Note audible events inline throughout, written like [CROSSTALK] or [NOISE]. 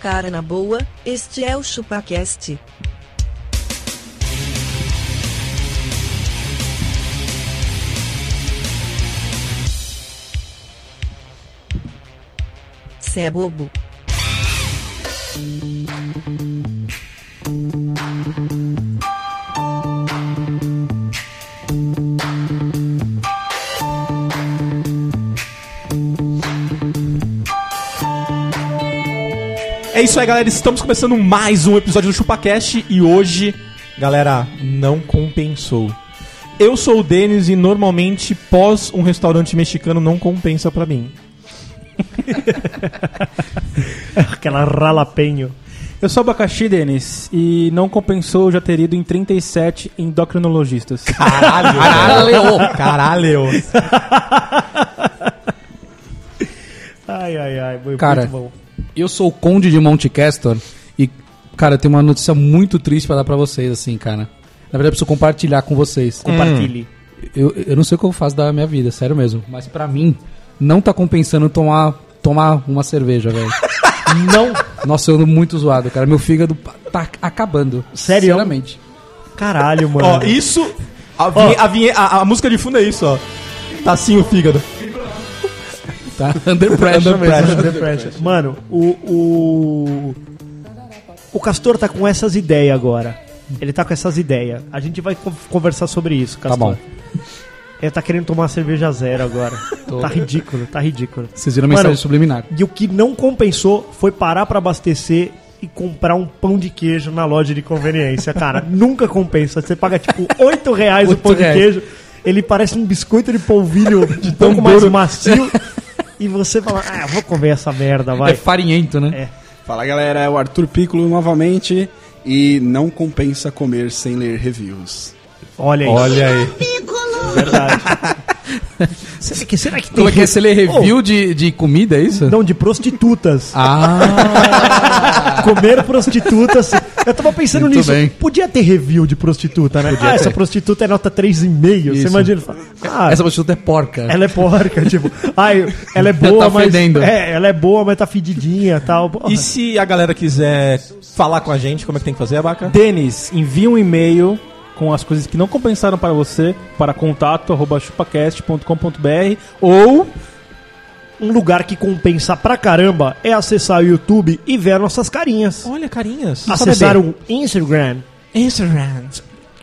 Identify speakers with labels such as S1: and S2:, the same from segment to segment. S1: Cara na boa, este é o ChupaCast. Cê é bobo.
S2: É isso aí, galera. Estamos começando mais um episódio do ChupaCast e hoje, galera, não compensou. Eu sou o Denis e normalmente pós um restaurante mexicano não compensa pra mim.
S3: Aquela ralapenho.
S4: Eu sou abacaxi, Denis, e não compensou eu já ter ido em 37 endocrinologistas.
S2: Caralho! Caralho! Caralho!
S3: Ai, ai, ai. Muito,
S5: Cara.
S3: muito bom.
S5: Eu sou o Conde de Montecaster e, cara, eu tenho uma notícia muito triste pra dar pra vocês, assim, cara. Na verdade, eu preciso compartilhar com vocês.
S3: Compartilhe.
S5: Eu, eu não sei o que eu faço da minha vida, sério mesmo. Mas pra mim, não tá compensando tomar, tomar uma
S3: [LAUGHS]
S5: cerveja, velho.
S3: Não.
S5: Nossa, eu ando muito zoado, cara. Meu fígado tá acabando.
S3: Sério?
S5: Sinceramente.
S3: Caralho, mano.
S2: Ó, isso. A, vinhe- a, vinhe- a- a música de fundo é isso, ó. Tá assim o fígado.
S3: [LAUGHS]
S5: Tá? Under pressure,
S2: Under
S5: mesmo.
S2: pressure.
S3: The Pressure. Mano, o, o. O Castor tá com essas ideias agora. Ele tá com essas ideias. A gente vai con- conversar sobre isso, Castor.
S5: Tá bom.
S3: Ele tá querendo tomar cerveja zero agora.
S5: Tô.
S3: Tá ridículo, tá ridículo.
S5: Vocês viram a mensagem
S3: Mano,
S5: subliminar.
S3: E o que não compensou foi parar pra abastecer e comprar um pão de queijo na loja de conveniência,
S5: [LAUGHS]
S3: cara. Nunca compensa. Você paga tipo 8 reais o
S5: Oito
S3: pão de
S5: reais.
S3: queijo. Ele parece um biscoito de
S5: [LAUGHS]
S3: polvilho de um
S5: tão
S3: pouco mais
S5: duro. [LAUGHS]
S3: macio. e você fala, ah, vou comer essa merda,
S5: É
S3: vai.
S5: farinhento, né?
S3: É.
S6: Fala galera, é o Arthur Piccolo novamente e não compensa comer sem ler reviews.
S3: Olha isso.
S2: Olha aí.
S3: Verdade. será, que, será que tem.
S5: Como é que é? Você lê
S3: re-
S5: review de, de comida, é isso?
S3: Oh, não, de prostitutas. [LAUGHS]
S5: Ah,
S3: Comer prostitutas. Eu tava pensando
S5: Muito
S3: nisso.
S5: bem.
S3: Podia ter review de prostituta, né? ah, essa
S5: ter.
S3: prostituta é nota 3,5. Você
S5: Isso.
S3: imagina? fala, Ah,
S5: essa prostituta é porca.
S3: ela é porca, [LAUGHS] tipo, ai, ela é boa,
S5: Tá
S3: mas.
S5: fedendo.
S3: É, ela é boa, mas tá fedidinha e tal. Porra.
S2: E se a galera quiser falar com a gente, como é que tem que fazer, Abaca?
S4: Denis, envia um e-mail com as coisas que não compensaram para você para contato@chupacast.com.br ou
S3: Um lugar que compensa pra caramba é acessar o YouTube e ver nossas carinhas.
S2: Olha, carinhas.
S3: Acessar o Instagram.
S2: Instagram.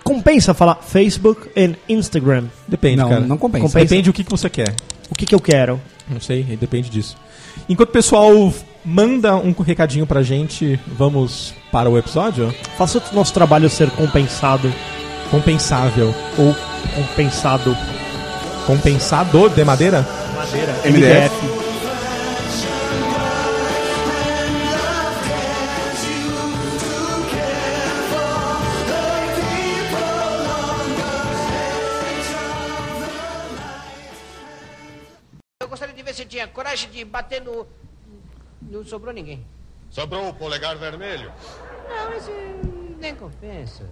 S3: Compensa falar Facebook e Instagram.
S2: Depende,
S5: não,
S2: cara.
S5: não compensa.
S3: Compensa.
S2: Depende do que, que você quer.
S3: O que, que eu quero?
S2: Não sei, aí depende disso. Enquanto o pessoal manda um recadinho pra gente, vamos para o episódio?
S3: Faça o nosso trabalho ser compensado
S2: Compensável.
S3: ou compensado.
S2: Compensado de madeira?
S3: Madeira.
S6: MDF.
S7: Eu gostaria de ver se tinha coragem de bater no. Não sobrou ninguém.
S8: Sobrou o polegar vermelho.
S7: Não, esse nem compensa.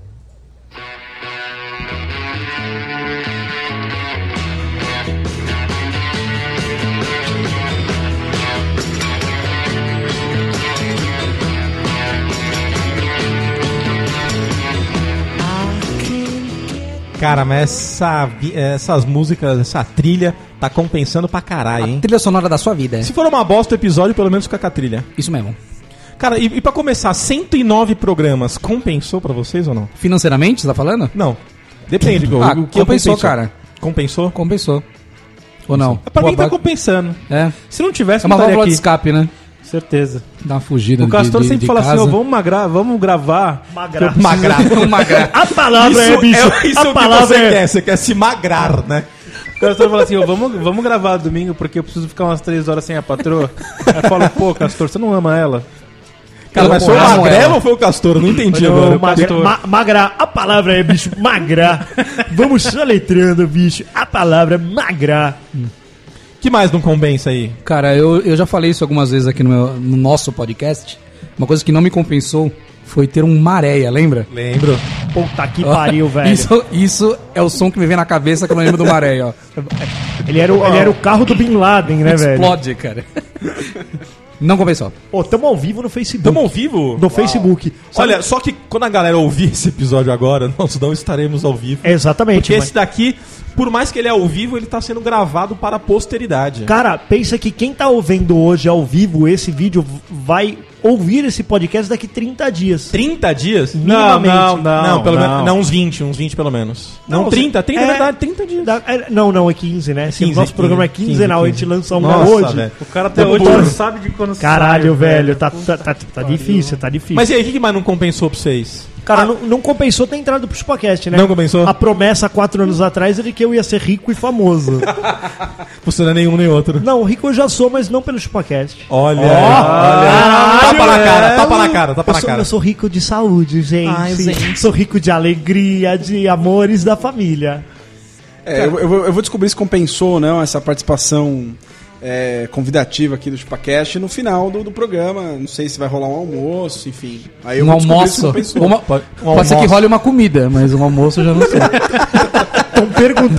S2: Cara, mas essa, vi- essas músicas, essa trilha tá compensando pra caralho, hein?
S5: Trilha sonora da sua vida, é.
S2: Se for uma bosta o episódio, pelo menos fica com a trilha.
S5: Isso mesmo.
S2: Cara, e, e pra começar, 109 programas, compensou pra vocês ou não?
S5: Financeiramente, você tá falando?
S2: Não. Depende. o-
S5: Ah,
S2: o que eu
S5: compensou,
S2: compenso.
S5: cara.
S2: Compensou?
S5: Compensou. Ou não?
S2: Pra mim
S5: Boa
S2: tá
S5: ba-
S2: compensando.
S5: É.
S2: Se não tivesse,
S5: É uma
S2: não estaria
S5: válvula
S2: aqui.
S5: de escape, né?
S4: certeza.
S5: Dá uma fugida
S4: O
S5: de-
S4: Castor
S5: de-
S4: sempre
S5: de
S4: fala assim,
S5: casa.
S4: ó, vamos, magra vamos gravar.
S2: [LAUGHS]
S3: Magrar.
S2: Magrar.
S5: Uma gra-
S3: A palavra
S2: Isso
S3: é, bicho.
S2: [LAUGHS] isso
S3: a palavra
S2: que você
S3: é.
S2: quer, você quer se magrar, né?
S4: O Castor fala assim, ó, vamos, vamos gravar domingo porque eu preciso ficar umas três horas sem a patroa. Aí fala, pô, Castor, você não ama ela?
S2: Cara, mas foi o
S5: amo
S2: Magrelo
S5: ela.
S2: ou foi o Castor? Eu não entendi
S3: Não,
S2: agora.
S3: magra, ma- magrar, a palavra é, bicho,
S2: [LAUGHS]
S3: magrar. Vamos soletrando, bicho. A palavra é magrar.
S2: que mais não compensa aí?
S5: Cara, eu, eu já falei isso algumas vezes aqui no, meu- no nosso podcast. Uma coisa que não me compensou foi ter um maréia, lembra?
S2: Lembro.
S3: Puta que
S2: [LAUGHS]
S3: pariu,
S5: [LAUGHS]
S3: velho.
S5: Isso, isso é o som que me vem na cabeça quando eu lembro do maréia, ó.
S3: Ele, era o, ele era o carro do Bin Laden, né, É, velho?
S5: Explode, cara. Não compensou.
S3: Ô, tamo ao vivo no Facebook.
S2: Tamo ao vivo?
S3: No Facebook. Sabe-
S2: Olha, só que quando a galera ouvir esse episódio agora, [LAUGHS] nós não estaremos ao vivo.
S3: Exatamente.
S2: Porque
S3: É, mas-
S2: esse daqui, por mais que ele é ao vivo, ele tá sendo gravado para a posteridade.
S3: Cara, pensa que quem tá ouvindo hoje ao vivo esse vídeo vai ouvir esse podcast daqui 30 dias.
S2: 30 dias?
S3: Não, não,
S2: Não, pelo menos.
S4: Não,
S2: Não, uns 20, uns 20 pelo menos. Não,
S3: Não,
S2: 30, 30 é
S3: é-
S2: verdade, 30 dias.
S3: Da- é, não, não, é 15, né? Se
S2: 15,
S3: o nosso programa é
S2: 15,
S3: quinzenal,
S2: 15.
S3: a gente lança um
S2: Nossa,
S3: hoje.
S2: velho.
S4: O cara até
S3: Tamo
S4: hoje
S3: todo-
S4: não sabe de quando
S3: Caralho,
S4: sai,
S3: velho, tá, tá, tá, tá difícil, tá difícil.
S2: Mas e aí, o que que mais não compensou pra vocês?
S3: Cara, não, não compensou ter entrado pro podcast, né?
S2: Ah. Não compensou?
S3: A promessa há quatro anos atrás era que eu ia ser rico
S2: [LAUGHS]
S3: e famoso.
S2: Você não é nenhum nem outro.
S3: não, rico eu já sou, mas não pelo podcast.
S2: Olha, olha. Tapa na cara, tapa na cara, tapa
S3: é um- eu,
S2: na
S3: sou,
S2: cara.
S3: eu sou rico de saúde, gente.
S2: Ai, gente.
S3: Sou rico de alegria, de amores da família.
S6: É, eu, eu vou- eu vou descobrir se compensou ou não essa participação é, convidativa aqui do ChupaCast no final do, do programa. Não sei se vai rolar um almoço, enfim. Aí eu
S5: Um
S6: vou descobrir se
S5: almoço.
S6: compensou.
S5: Uma-
S2: Pode- um
S5: Pode ser que
S2: almoço.
S5: role uma comida, mas um almoço eu já não sei.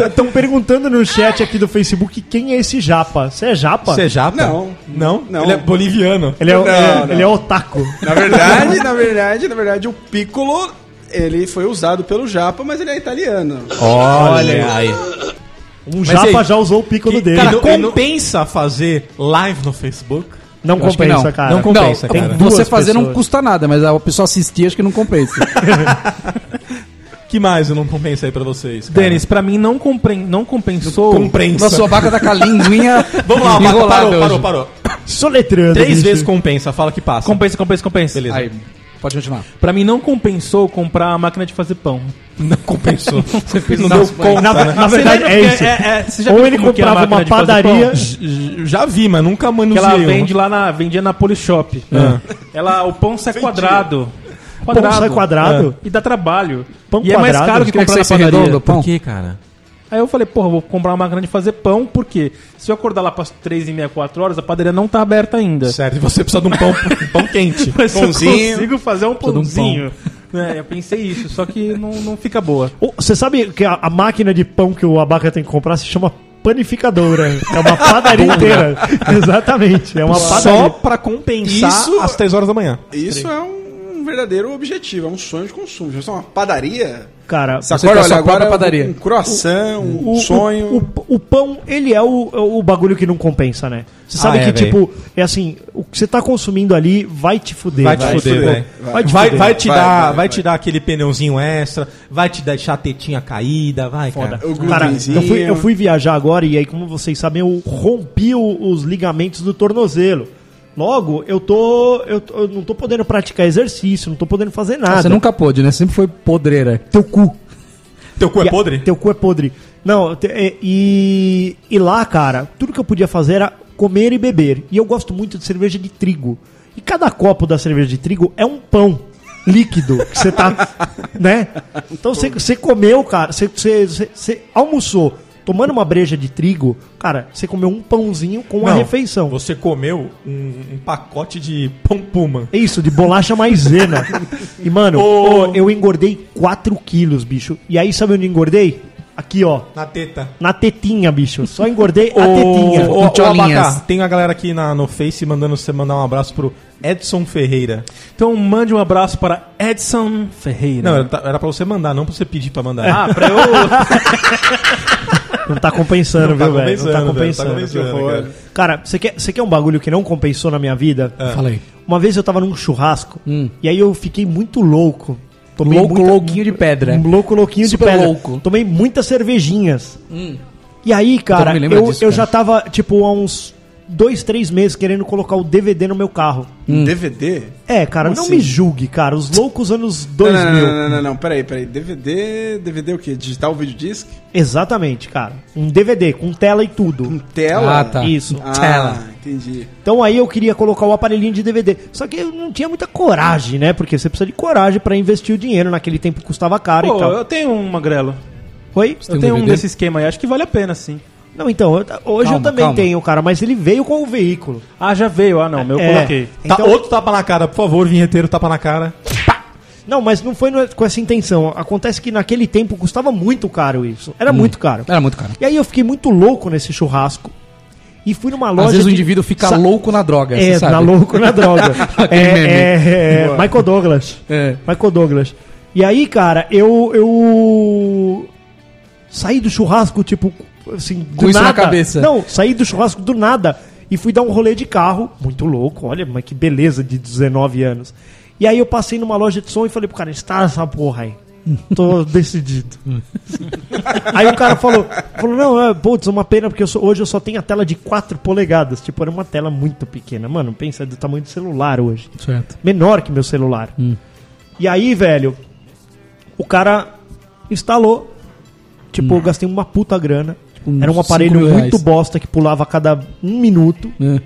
S3: Estão
S2: [LAUGHS]
S3: perguntando no chat aqui do Facebook quem é esse japa. Você é japa?
S2: Você é japa?
S6: Não.
S2: Não?
S6: Não.
S2: Ele é boliviano.
S3: Ele é,
S6: Não,
S3: é-
S6: não.
S3: ele é otaku.
S6: Na verdade, na verdade, na verdade, o Piccolo ele foi usado pelo Japa, mas ele é italiano.
S2: Olha aí.
S3: Um
S2: e
S3: japa
S2: aí?
S3: já usou o pico
S2: Que,
S3: dele.
S2: cara,
S3: não,
S2: compensa fazer live no Facebook?
S3: não
S5: Eu acho que
S3: compensa,
S5: não.
S3: cara.
S2: Não compensa,
S5: Não,
S2: cara. um
S5: Você
S3: Duas
S5: fazer não
S3: pessoas.
S5: custa nada, mas a pessoa assistir acho que
S3: [LAUGHS]
S5: não compensa.
S2: Que mais eu não compensa aí pra vocês? cara?
S4: Denis, pra mim não, compre... não compensou.
S2: compensa.
S5: Nossa, sua vaca tá com a
S3: [LAUGHS]
S5: linguinha
S2: Vamos lá, Marco,
S5: enrolada
S2: parou, parou,
S5: hoje.
S2: parou.
S3: Soletrando.
S2: Três
S3: bicho.
S2: vezes compensa, fala que passa.
S4: Compensa, compensa, compensa.
S2: Beleza.
S5: Aí, pode continuar.
S4: Pra mim não compensou comprar a máquina de fazer pão.
S2: Não
S4: [LAUGHS]
S2: compensou. Você fez
S5: não
S2: deu
S5: foi.
S2: conta,
S3: Na,
S2: né?
S3: na verdade,
S4: lembra
S3: é
S4: porque
S3: isso.
S4: você já
S3: Ou
S4: viu
S3: ele
S4: como que é a
S3: comprava uma
S4: máquina de fazer
S3: padaria.
S4: pão?
S2: J- Já vi, mas nunca
S4: Que ela
S2: manuseei. um.
S4: vende lá na. Vendia na Polishop. Ela, o pão sai quadrado.
S3: É.
S4: É.
S3: Pão sai quadrado?
S4: E dá trabalho.
S3: Pão
S4: e é mais
S3: quadrado?
S4: caro que
S5: Queria que
S4: comprar na
S5: saísse
S4: padaria.
S5: redondo, pão.
S2: Por que, cara?
S4: Aí eu falei, porra, vou comprar uma máquina de fazer pão, porque se eu acordar lá pras 3 e meia, 4 horas, a padaria não tá aberta ainda.
S2: Certo, e você precisa de um pão, um pão [LAUGHS] quente.
S4: Mas
S6: Pãozinho.
S4: eu consigo fazer um
S5: de um
S4: pãozinho. né? eu pensei isso, só que não, não fica boa.
S3: Ô, Você sabe que a, a máquina de pão que o abaca tem que comprar se chama panificadora. É uma padaria
S2: né?
S3: inteira. [LAUGHS] Exatamente. É uma
S2: Só
S3: padaria.
S2: pra compensar
S6: Isso-
S2: às três horas da manhã.
S6: Isso é um verdadeiro objetivo, é um sonho de consumo. Já só uma padaria.
S3: Cara,
S5: Você quer a sua própria
S6: um-
S5: padaria.
S6: um croissant, um
S3: é o,
S6: sonho.
S3: O, o- o pão, ele é o, o bagulho que não compensa, né? Você sabe
S2: Ah, é,
S3: que,
S2: véi.
S3: tipo, é assim, o que você tá consumindo ali vai te fuder. Tipo,
S2: Vai te fuder,
S6: fuder,
S2: velho.
S6: vai.
S2: Vai,
S3: Vai
S2: vai,
S3: te
S2: te
S6: fuder.
S2: dar,
S6: Vai,
S2: vai,
S6: vai,
S2: te dar aquele pneuzinho extra, vai te deixar a tetinha caída, vai, cara.
S6: O
S3: Cara,
S6: glutenzinho.
S3: eu fui, eu fui viajar agora e aí, como vocês sabem, eu rompi o- os ligamentos do tornozelo. Logo, eu tô. Eu, tô- eu não tô podendo praticar exercício, não tô podendo fazer nada.
S5: Você nunca pôde, né? Sempre foi podreira. Teu cu.
S2: Teu cu
S3: E
S2: é
S3: a-
S2: podre?
S3: Teu cu é podre. Não, te- é, e, e lá, cara, tudo que eu podia fazer era comer e beber. E eu gosto muito de cerveja de trigo. E cada copo da cerveja de trigo é um pão líquido que
S2: [LAUGHS]
S3: você tá. né? Então você- você comeu, cara, você- você você- você almoçou tomando uma breja de trigo, cara, você comeu um pãozinho com uma
S2: Não,
S3: refeição.
S2: Você comeu um, um pacote de pão puma.
S3: É isso, de bolacha maisena. e,
S2: [LAUGHS]
S3: mano,
S2: Ô.
S3: ô, eu engordei 4 quilos, bicho. E aí, sabe onde eu engordei? Aqui, ó.
S2: Na teta.
S3: Na tetinha, bicho. Só engordei a tetinha.
S2: Ô, ô, ô,
S5: Tcholinhas.
S2: Abacá, tem a galera aqui na, no Face mandando você mandar um abraço pro Edson Ferreira.
S4: Então mande um abraço para Edson Ferreira.
S2: Não, era, ta- era pra você mandar, não pra você pedir pra mandar.
S4: Ah, pra eu.
S3: Não tá compensando,
S2: Não tá
S3: viu, velho? Não
S2: compensando, velho, tá
S3: tá compensando.
S2: compensando,
S3: que horror.
S2: cara.
S3: Cara, você quer, você quer um bagulho que não compensou na minha vida?
S5: Fala aí.
S3: Uma vez eu tava num churrasco e aí eu fiquei muito louco. Tomei
S5: Louco,
S3: muita-
S5: louquinho de pedra.
S3: Um louco, louquinho
S5: Super
S3: de pedra.
S5: louco.
S3: Tomei muitas cervejinhas. E aí,
S5: Então
S3: cara,
S5: me
S3: eu,
S5: lembra disso,
S3: eu
S5: cara.
S3: já tava, tipo, há uns dois, três meses querendo colocar o DVD no meu carro.
S6: Um DVD?
S3: É, cara,
S6: Como
S3: não
S6: assim?
S3: me julgue, cara. Os loucos anos
S6: Não,
S3: 2000.
S6: não, não, não, não, não, não, peraí, peraí. DVD, DVD é o quê? Digital videodisc?
S3: Exatamente, cara. Um DVD com tela e
S6: Com
S3: tudo.
S6: tela?
S5: Ah, tá.
S3: Isso.
S6: Ah, entendi.
S3: Então aí eu queria colocar o aparelhinho de DVD. Só que eu não tinha muita coragem, né? Porque você precisa de coragem pra investir o dinheiro. Naquele tempo custava caro e
S4: Pô,
S3: tal.
S4: eu tenho um magrelo.
S3: Oi?
S5: Você tem
S4: Eu
S5: um
S4: tenho um
S5: DVD?
S4: desse esquema aí, acho que vale a pena sim.
S3: Não, então, eu ta- hoje eu
S5: Calma,
S3: também
S5: calma.
S3: tenho, cara, mas ele veio com o veículo.
S4: Ah, já veio. Ah, não, meu eu
S3: É.
S4: coloquei.
S2: Tá-
S3: então-
S2: Outro tapa na cara, por favor, vinheteiro, tapa na cara.
S3: Não, mas não foi no- com essa intenção. Acontece que naquele tempo custava muito caro isso. Era muito caro.
S5: Hum. Era muito caro.
S3: E aí eu fiquei muito louco nesse churrasco. E fui numa loja.
S5: Às vezes o
S3: de-
S5: indivíduo fica
S3: sa-
S5: louco na droga,
S3: É,
S5: você sabe?
S3: na louco na droga. é,
S5: [LAUGHS] Aquele meme.
S3: é, é, Michael Douglas.
S5: É.
S3: Michael Douglas. E aí, cara, eu. eu saí do churrasco, tipo, assim, do
S5: isso na
S3: nada.
S5: cabeça.
S3: Não, saí do churrasco do nada e fui dar um rolê de carro, muito louco, olha, mas que beleza de 19 anos. E aí eu passei numa loja de som e falei pro cara, está essa porra aí.
S5: [LAUGHS]
S3: Tô decidido. aí o cara falou, falou não, é, putz, uma pena porque eu sou- hoje eu só tenho a tela de 4 polegadas. Tipo, era uma tela muito pequena. Mano, pensa é do tamanho do celular hoje
S5: Certo.
S3: menor que meu celular.
S5: Hum.
S3: E aí, velho, o cara instalou. Tipo, eu gastei uma puta grana.
S5: Hum. Tipo, uns
S3: Era um
S5: cinco
S3: aparelho
S5: mil
S3: muito
S5: reais.
S3: bosta que pulava a cada um minuto.
S5: É.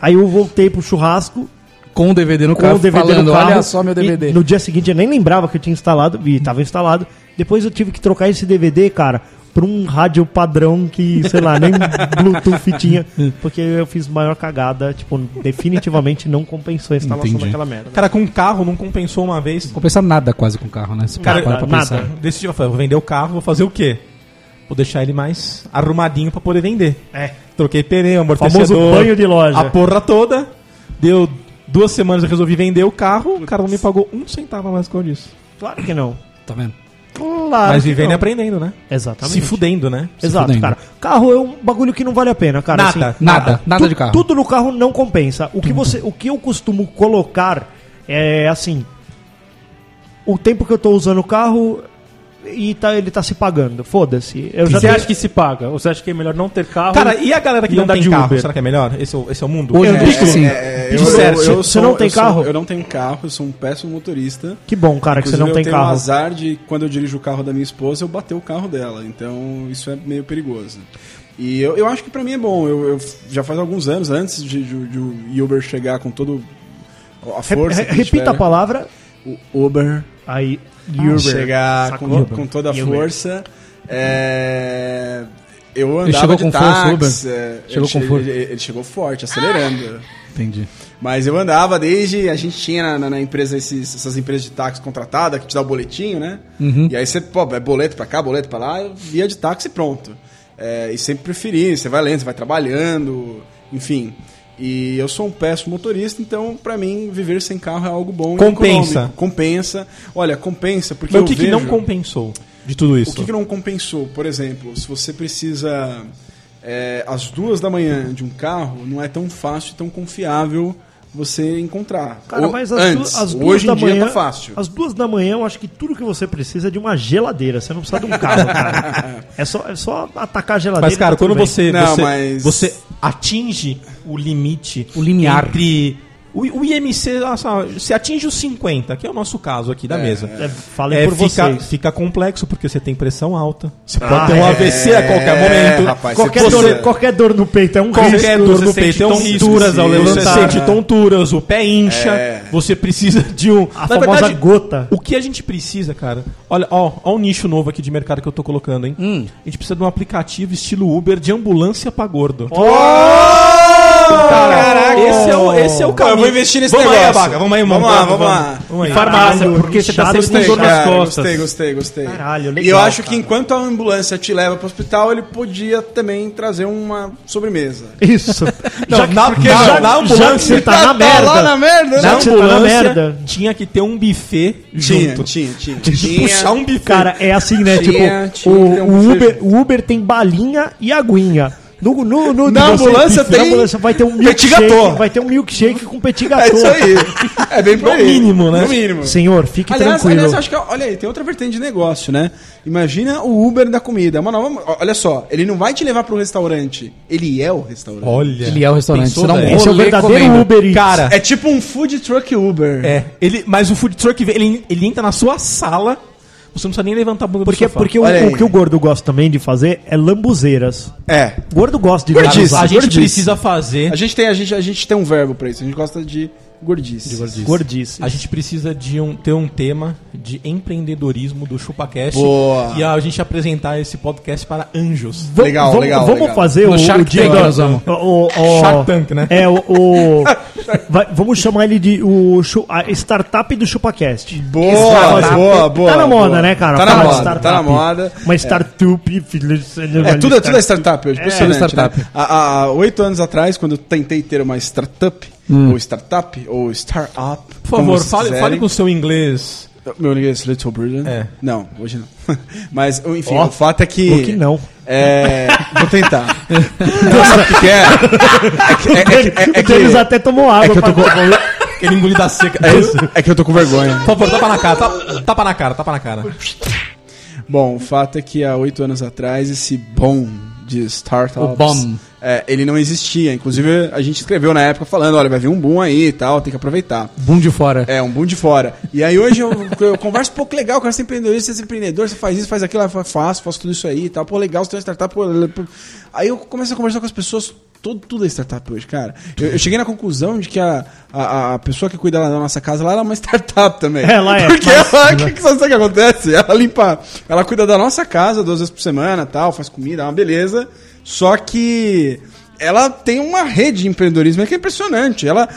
S3: Aí eu voltei pro churrasco
S5: Com o DVD no
S3: com
S5: carro,
S3: o DVD
S5: falando,
S3: no carro.
S5: olha só meu
S3: e
S5: DVD.
S3: no dia seguinte eu nem lembrava que eu tinha instalado, e tava instalado. Depois eu tive que trocar esse DVD, cara, por um rádio padrão que, sei lá,
S5: [LAUGHS]
S3: nem Bluetooth tinha. Porque eu fiz maior cagada, tipo, definitivamente não compensou a instalação
S5: Entendi.
S3: daquela merda.
S2: Cara, com um carro não compensou uma vez.
S5: Compensar nada quase com o carro, né? Se
S3: Cara,
S5: para pra
S3: nada.
S5: pensar.
S2: Decidiu, eu falei, vou vender o carro, vou fazer o quê? Vou deixar ele mais arrumadinho pra poder vender.
S3: É.
S2: Troquei pneu, amortecedor.
S3: famoso banho de
S2: A
S3: loja.
S2: porra toda. Deu duas semanas, eu resolvi vender o carro. O cara não me pagou um centavo a mais com disso.
S3: Claro que não.
S5: Tá vendo?
S3: Claro
S2: Mas
S3: que
S2: vivendo e
S3: não.
S2: aprendendo, né?
S3: Exatamente.
S2: Se fudendo, né?
S3: Exato,
S5: fudendo.
S3: cara. Carro é um bagulho que não vale a pena, cara. assim, ah,
S2: Nada,
S5: Nada, nada
S3: tu-
S5: de carro.
S3: Tudo no carro não compensa. O que, você, o que eu costumo colocar é assim: o tempo que eu tô usando o carro e tá, ele tá se pagando. Foda-se. Eu já
S4: Você
S3: tenho-
S4: acha que se paga? Ou você acha que é melhor não ter carro?
S2: Cara, e a galera que
S4: Não
S2: não,
S4: dá
S2: tem
S4: de
S2: carro?
S4: Uber.
S2: Será que é melhor? Esse é o, esse é o mundo?
S5: Hoje
S2: É.
S5: em dia, sim.
S6: É, eu,
S2: Certo.
S6: eu, eu
S3: Você
S6: sou-
S3: não tem
S6: eu sou-
S3: carro?
S6: eu não tenho carro, eu sou um péssimo motorista.
S3: Que bom, cara, que você não
S6: Inclusive,
S3: tem
S6: eu tenho um
S3: carro.
S6: azar de quando eu dirijo o carro da minha esposa, eu bater o carro dela. Então isso é meio perigoso. E eu, eu acho que pra mim é bom. Eu, eu f- já faz alguns anos antes de, de, de o Uber chegar com todo a
S3: Re-
S6: força.
S3: re-
S6: que
S3: repita
S6: tiver,
S3: a palavra.
S6: O Uber
S3: Aí,
S6: Ah, chegar
S3: Sacou?
S6: com, com toda a
S3: Uber.
S6: força. É, eu andava
S5: Ele chegou
S6: de
S5: com força,
S6: táxi,
S5: Uber?
S6: é,
S5: Chegou
S6: ele,
S5: com
S6: che-
S5: força.
S6: ele- ele chegou forte, acelerando.
S5: Entendi.
S6: Mas eu andava desde. A gente tinha na, na- na empresa esses- essas empresas de táxi contratada que te dá o boletinho, né?
S2: Uhum.
S6: E aí você, pô, é boleto pra cá, boleto pra lá, eu via de táxi e pronto. É, e sempre preferi, você vai lendo, você vai trabalhando, enfim. E eu sou um péssimo motorista, então pra mim viver sem carro é algo bom. e
S2: Compensa.
S6: econômico. Compensa. Olha, compensa, porque
S2: Mas
S6: eu
S2: o que, que
S6: vejo-
S2: não compensou de tudo isso?
S6: o que, que não compensou? Por exemplo, se você precisa é, às duas da manhã de um carro, não é tão fácil e tão confiável você encontrar.
S3: Cara,
S6: Ou-
S3: mas as,
S6: antes,
S3: du- as duas
S6: hoje
S3: da
S6: em dia
S3: manhã,
S6: tá fácil.
S3: As duas da manhã, eu acho que tudo que você precisa é de uma geladeira. Você não precisa de um
S6: [LAUGHS]
S3: carro, cara. É só, é só atacar a geladeira.
S2: Mas, cara,
S3: tá tudo
S2: quando
S3: bem.
S2: você,
S6: Não,
S2: você,
S6: mas-
S2: você atinge o limite.
S5: O limiar.
S2: Entre. O, o IMC, olha só, você atinge os 50, que é o nosso caso aqui da mesa.
S3: É, falem por
S2: fica,
S3: vocês.
S2: Fica complexo, porque você tem pressão alta. Você
S3: Ah,
S2: pode ter um
S3: é,
S2: AVC a qualquer momento.
S6: rapaz,
S3: Qualquer,
S6: você
S3: dor,
S6: precisa-
S3: qualquer dor no peito é um
S2: Qualquer
S3: risco.
S2: dor
S3: Você
S2: no
S3: sente
S2: peito é um
S3: tontura.
S2: risco.
S6: tonturas ao
S2: você
S6: levantar.
S2: sente tonturas, o pé incha,
S6: É.
S2: você precisa de um.
S3: A famosa gota.
S2: O que a gente precisa, cara? Olha, ó, ó um nicho novo aqui de mercado que eu tô colocando, hein? A gente precisa de um aplicativo estilo Uber de ambulância pra gordo. Cara, Esse é o, esse é o
S6: Pô, eu
S2: caminho.
S6: vou investir nesse
S2: vamos Aí,
S6: negócio.
S2: Abaca, vamos aí,
S6: Vamos
S2: mano.
S6: lá, vamos lá.
S2: Vamos aí.
S4: farmácia,
S3: Caralho,
S4: porque você tá
S3: inchado,
S4: sempre com dor nas
S6: cara,
S4: costas.
S6: gostei, gostei, gostei.
S3: Caralho, legal,
S6: e eu acho
S3: cara.
S6: que enquanto a ambulância te leva pro hospital, ele podia também trazer uma sobremesa.
S3: Isso. já que,
S2: na-
S3: porque
S2: na-
S3: já,
S2: na
S3: já que
S2: ambulância
S6: [LAUGHS]
S3: você tá na merda.
S6: lá na merda,
S2: Na
S3: Já
S6: né?
S3: que você tá na
S2: ambulância,
S3: merda.
S2: tinha que ter um buffet
S6: Tinha,
S2: junto.
S6: tinha, tinha.
S2: Puxar um buffet.
S3: Cara, é assim, né?
S6: Tinha-
S3: tipo,
S6: tinha
S3: o,
S6: que ter um
S3: o Uber,
S6: feijão.
S3: o Uber tem balinha e aguinha. No, no, no, você-
S6: Na ambulância
S3: na
S6: tem
S3: ambulância vai ter um
S6: petit
S3: milkshake,
S6: gâteau.
S3: vai ter um milkshake com petit
S6: É
S3: gâteau.
S6: isso aí. É bem por
S2: No
S6: aí.
S2: mínimo, né?
S6: No mínimo.
S3: Senhor, fique
S6: Aliás,
S3: tranquilo.
S6: aliás, eu acho que, olha aí, tem outra vertente de negócio, né? Imagina o Uber da comida. É Uma nova, ó, olha só, ele não vai te levar pro restaurante, ele é o restaurante.
S2: Olha.
S5: Ele é o restaurante,
S2: Pensou,
S5: você dá um
S2: velho?
S3: Esse é o
S5: rolê
S3: verdadeiro
S5: comendo.
S3: Uber Eats.
S2: Cara,
S6: É tipo um food truck Uber.
S2: É, ele, mas o food truck, vem- ele, ele entra na sua sala, você não precisa nem levantar a bunda
S3: Porque,
S2: do sofá.
S3: porque o,
S6: Olha aí.
S3: o que o gordo gosta também de fazer é lambuzeiras.
S6: É.
S3: O gordo gosta de
S6: Gordice.
S2: a
S3: lambuzar.
S2: gente
S6: gordice.
S2: precisa fazer,
S6: A gente tem, a gente, a gente tem um verbo pra isso. A gente gosta de gordice. De gordice.
S3: Gordice.
S2: a gente precisa de um, ter um tema de empreendedorismo do ChupaCast
S6: Boa.
S2: e a gente apresentar esse podcast para anjos.
S3: Vam-
S6: Legal,
S3: vamos,
S6: legal,
S3: Vamos
S6: legal.
S3: fazer
S5: No
S3: o,
S5: Shark
S3: o dia
S5: Tank
S3: da-
S5: nós vamos.
S3: o- o- o-
S6: [LAUGHS]
S2: Shark Tank, né?
S3: É, o, o- Vai- vamos chamar ele de o chu- a startup do ChupaCast.
S6: Boa,
S3: Startup.
S6: boa, boa,
S3: Tá na moda,
S6: boa.
S3: né, cara?
S6: Tá na
S3: Falar de
S6: moda, tá na moda.
S3: Uma startup, filho.
S6: É, tudo,
S3: né?
S6: é- tudo é startup hoje, impressionante.
S5: Tudo startup.
S6: né? Há há oito anos atrás, quando eu tentei ter uma startup, ou startup, ou startup.
S2: Por favor, fale, fale com o seu inglês.
S6: Meu inglês é Little Britain?
S2: É.
S6: Não, hoje não. [LAUGHS] Mas, enfim,
S3: Ó,
S6: o fato é que.
S3: por que não?
S6: É, vou tentar. não, sabe o que que é? É que- É, é que- é- é
S3: o Denis
S6: que,
S3: até tomou água.
S6: é que eu tô
S3: pra-
S2: Aquele engolida seca.
S6: é
S2: [LAUGHS]
S6: isso? É que eu tô com vergonha.
S2: Por favor, tapa na cara, tapa, tapa na cara, tapa na cara.
S6: Bom, o fato é que há oito anos atrás esse boom de startups,
S5: O boom.
S6: é, ele não existia. Inclusive a gente escreveu na época falando, olha, vai vir um boom aí e tal, tem que aproveitar.
S5: Bum de fora.
S6: É, um boom de fora. E aí hoje eu, [LAUGHS] eu converso, pô, que legal, cara, você é empreendedor, você é empreendedor, você faz isso, faz aquilo, eu falo, faço, faço tudo isso aí e tal, pô, legal, você tem uma startup, pô, lê, pô. Aí eu começo a conversar com as pessoas, tudo, tudo é startup hoje, cara. Eu, eu cheguei na conclusão de que a, a, a pessoa que cuida lá da nossa casa lá ela é uma [LAUGHS] startup também.
S3: Ela é,
S6: Porque ela, [LAUGHS] que, que- sabe o que acontece? Ela limpa, ela cuida da nossa casa duas vezes por semana tal, faz comida, é uma beleza, só que ela tem uma rede de empreendedorismo que é impressionante. Ela,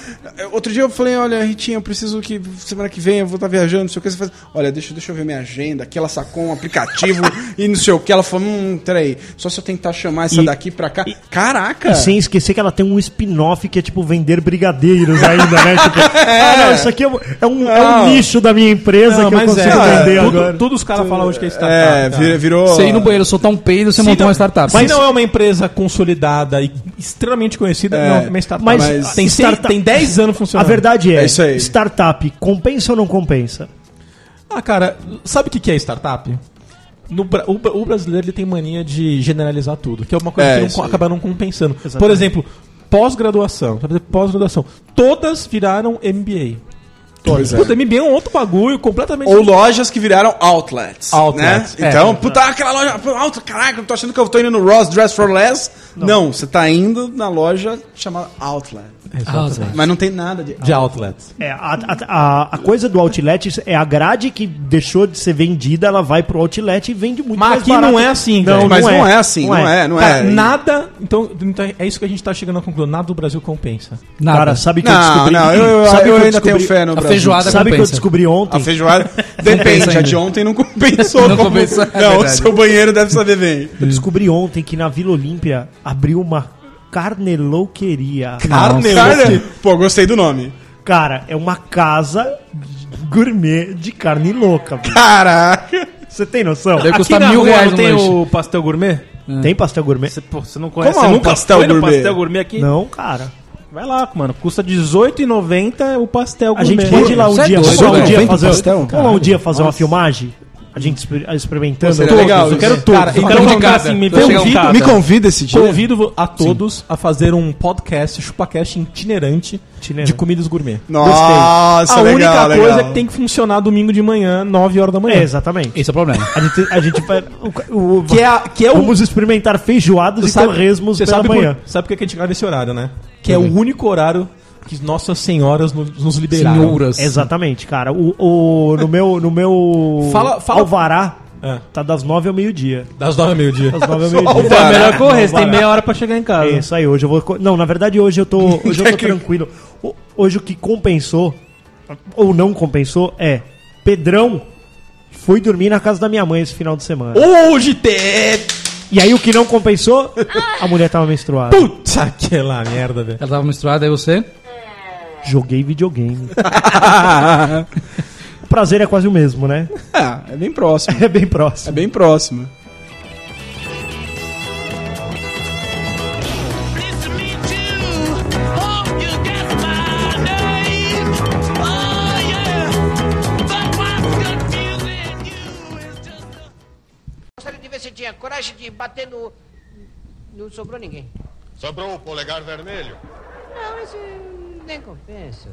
S6: outro dia eu falei, olha, Ritinha, eu preciso que semana que vem eu vou estar viajando, não sei o que. Você faz, olha, deixa, deixa eu ver minha agenda. Aqui ela sacou um aplicativo
S5: [LAUGHS]
S6: e não sei o que. Ela falou, hum, peraí, só se eu tentar chamar essa
S3: E-
S6: daqui pra cá.
S3: e-
S6: Caraca!
S3: Sem esquecer que ela tem um spin-off que é tipo vender brigadeiros ainda,
S6: [LAUGHS]
S3: né? Tipo, ah, não, isso aqui é, um- é um, é um
S6: Não.
S3: nicho da minha empresa que eu consigo
S2: cara,
S3: vender
S2: é, tudo,
S3: agora.
S2: tudo os caras falam hoje que é startup.
S6: É,
S2: cara.
S6: vir- virou.
S5: tá, Você ir no banheiro, soltar um peido, você montou
S2: não-
S5: uma startup.
S2: Se não é uma empresa consolidada e extremamente conhecida, não é uma startup.
S3: Mas-
S2: tem, seis-
S3: startup-
S2: tem 10 anos
S3: A
S2: funcionando.
S3: verdade é,
S6: É isso aí.
S3: startup, compensa ou não compensa?
S2: Ah, cara, sabe o que que é startup? No Bra- o, bra- o brasileiro ele tem mania de generalizar tudo, que é uma coisa
S6: É,
S2: que não,
S6: isso
S2: co-
S6: aí.
S2: acaba não compensando. Por
S3: Exatamente.
S2: exemplo, pós-graduação. sabe, Pós-graduação. Todas viraram MBA.
S6: Pois é.
S2: Puta, MBA é um outro bagulho completamente.
S6: Ou lojas que viraram outlets.
S2: Outlets,
S6: né?
S2: é.
S6: Então, puta, aquela loja. pô, Out, caraca, eu tô achando que eu tô indo no Ross Dress for Less. Não, você tá indo na loja chamada Outlet.
S5: Ah, Zé.
S6: Mas não tem nada de.
S2: de outlets.
S3: É, a, a- a- a coisa do outlet é a grade que deixou de ser vendida, ela vai pro outlet e vende muito
S2: Mas
S3: mais
S2: aqui
S3: barato.
S2: não é assim,
S3: não,
S2: velho.
S6: Mas não é assim, não é, não
S2: Cara,
S6: é.
S2: nada. Então, então é isso que a gente tá chegando à conclusão. Nada do Brasil compensa.
S5: Nada.
S3: Cara, sabe que eu
S6: Não,
S3: descobri?
S6: não, eu, eu-
S3: sabe
S6: eu
S3: que
S6: ainda
S3: descobri-
S6: tenho fé no
S5: A
S6: Brasil.
S5: feijoada
S3: Sabe que eu
S5: compensa.
S3: descobri
S6: A
S3: ontem?
S6: feijoada. Depende,
S5: compensa
S6: a de
S5: ainda.
S6: ontem não compensou.
S5: Não
S6: como-
S5: compensou, é
S6: Não, o
S5: verdade.
S6: seu banheiro deve saber bem.
S3: Eu descobri ontem que na Vila Olímpia abriu uma carnelouqueria.
S2: Carne-
S6: Cara, Ah, pô, gostei do nome.
S3: Cara, é uma casa gourmet de carne louca. bicho.
S6: Caraca!
S3: Você tem noção? Ah.
S5: Deve
S4: Aqui
S5: custar
S4: na
S5: mil
S4: rua
S5: reais
S4: não
S5: um
S4: tem
S5: lanche.
S4: o pastel gourmet?
S3: Tem pastel gourmet?
S4: Você, pô, você não conhece
S6: Como é
S4: você
S6: um
S4: nunca
S6: pastel
S4: foi no
S6: gourmet?
S4: pastel gourmet aqui?
S3: Não, cara.
S4: Vai lá, mano. Custa R$18,90 o pastel
S3: A
S4: gourmet.
S3: gente pode ir lá um
S5: Você é
S3: dia,
S5: doido,
S3: vamos lá um
S5: velho?
S3: dia
S5: Vem
S3: fazer,
S5: pastel,
S3: vamos lá um dia fazer uma filmagem? A gente exper- experimentando.
S6: Seria
S3: Todos,
S6: legal
S3: eu
S6: isso.
S3: quero todos.
S2: Cara,
S3: Fala,
S2: então-
S4: vamos
S5: de cada.
S4: assim, me
S5: Vai chegar um
S4: convida.
S6: Me convida esse
S2: [LAUGHS]
S6: dia.
S2: Convido vo- a todos a fazer um podcast, chupacast itinerante,
S3: Itinerante.
S2: de comidas gourmet.
S6: Nossa,
S2: a única
S6: legal,
S2: coisa
S6: legal.
S2: é que tem que funcionar domingo de manhã, 9 horas da manhã.
S3: É, exatamente.
S5: Esse é o problema.
S3: A gente, a gente vai. o- o-
S2: Que é, a- que é o.
S3: vamos experimentar feijoadas e torresmos
S2: você
S3: pela
S2: sabe
S3: manhã.
S2: Por, sabe por que a gente grava esse horário, né? Que é o único horário que Nossas Senhoras nos, nos liberaram.
S5: Senhoras.
S3: Exatamente, cara. O, o- no meu, no meu
S2: Fala- fala-
S3: alvará,
S2: É,
S3: tá das nove ao meio-dia.
S2: das 9 ao meio-dia.
S3: Das
S2: [LAUGHS]
S3: nove ao meio-dia.
S4: Então é melhor correr, você tem
S3: Alvará.
S4: meia hora pra chegar em casa.
S3: É isso aí, hoje eu vou. co- Não, na verdade hoje
S2: [LAUGHS]
S3: eu tô, hoje
S2: É
S3: eu tô tranquilo. O- Hoje o que compensou, ou não compensou, é Pedrão foi dormir na casa da minha mãe esse final de semana.
S2: Hoje tem.
S3: E aí o que
S2: [LAUGHS]
S3: não compensou, a mulher tava menstruada.
S2: Puta que lá merda, velho.
S5: Ela tava misturada, aí você.
S3: Joguei videogame.
S6: [LAUGHS]
S3: o prazer é quase o mesmo, né? [LAUGHS]
S6: É, é bem próximo.
S3: É bem próximo.
S6: É bem próximo.
S7: Gostaria de ver se tinha coragem de bater no. Não sobrou ninguém.
S8: Sobrou o polegar vermelho.
S7: Não, isso nem compensa.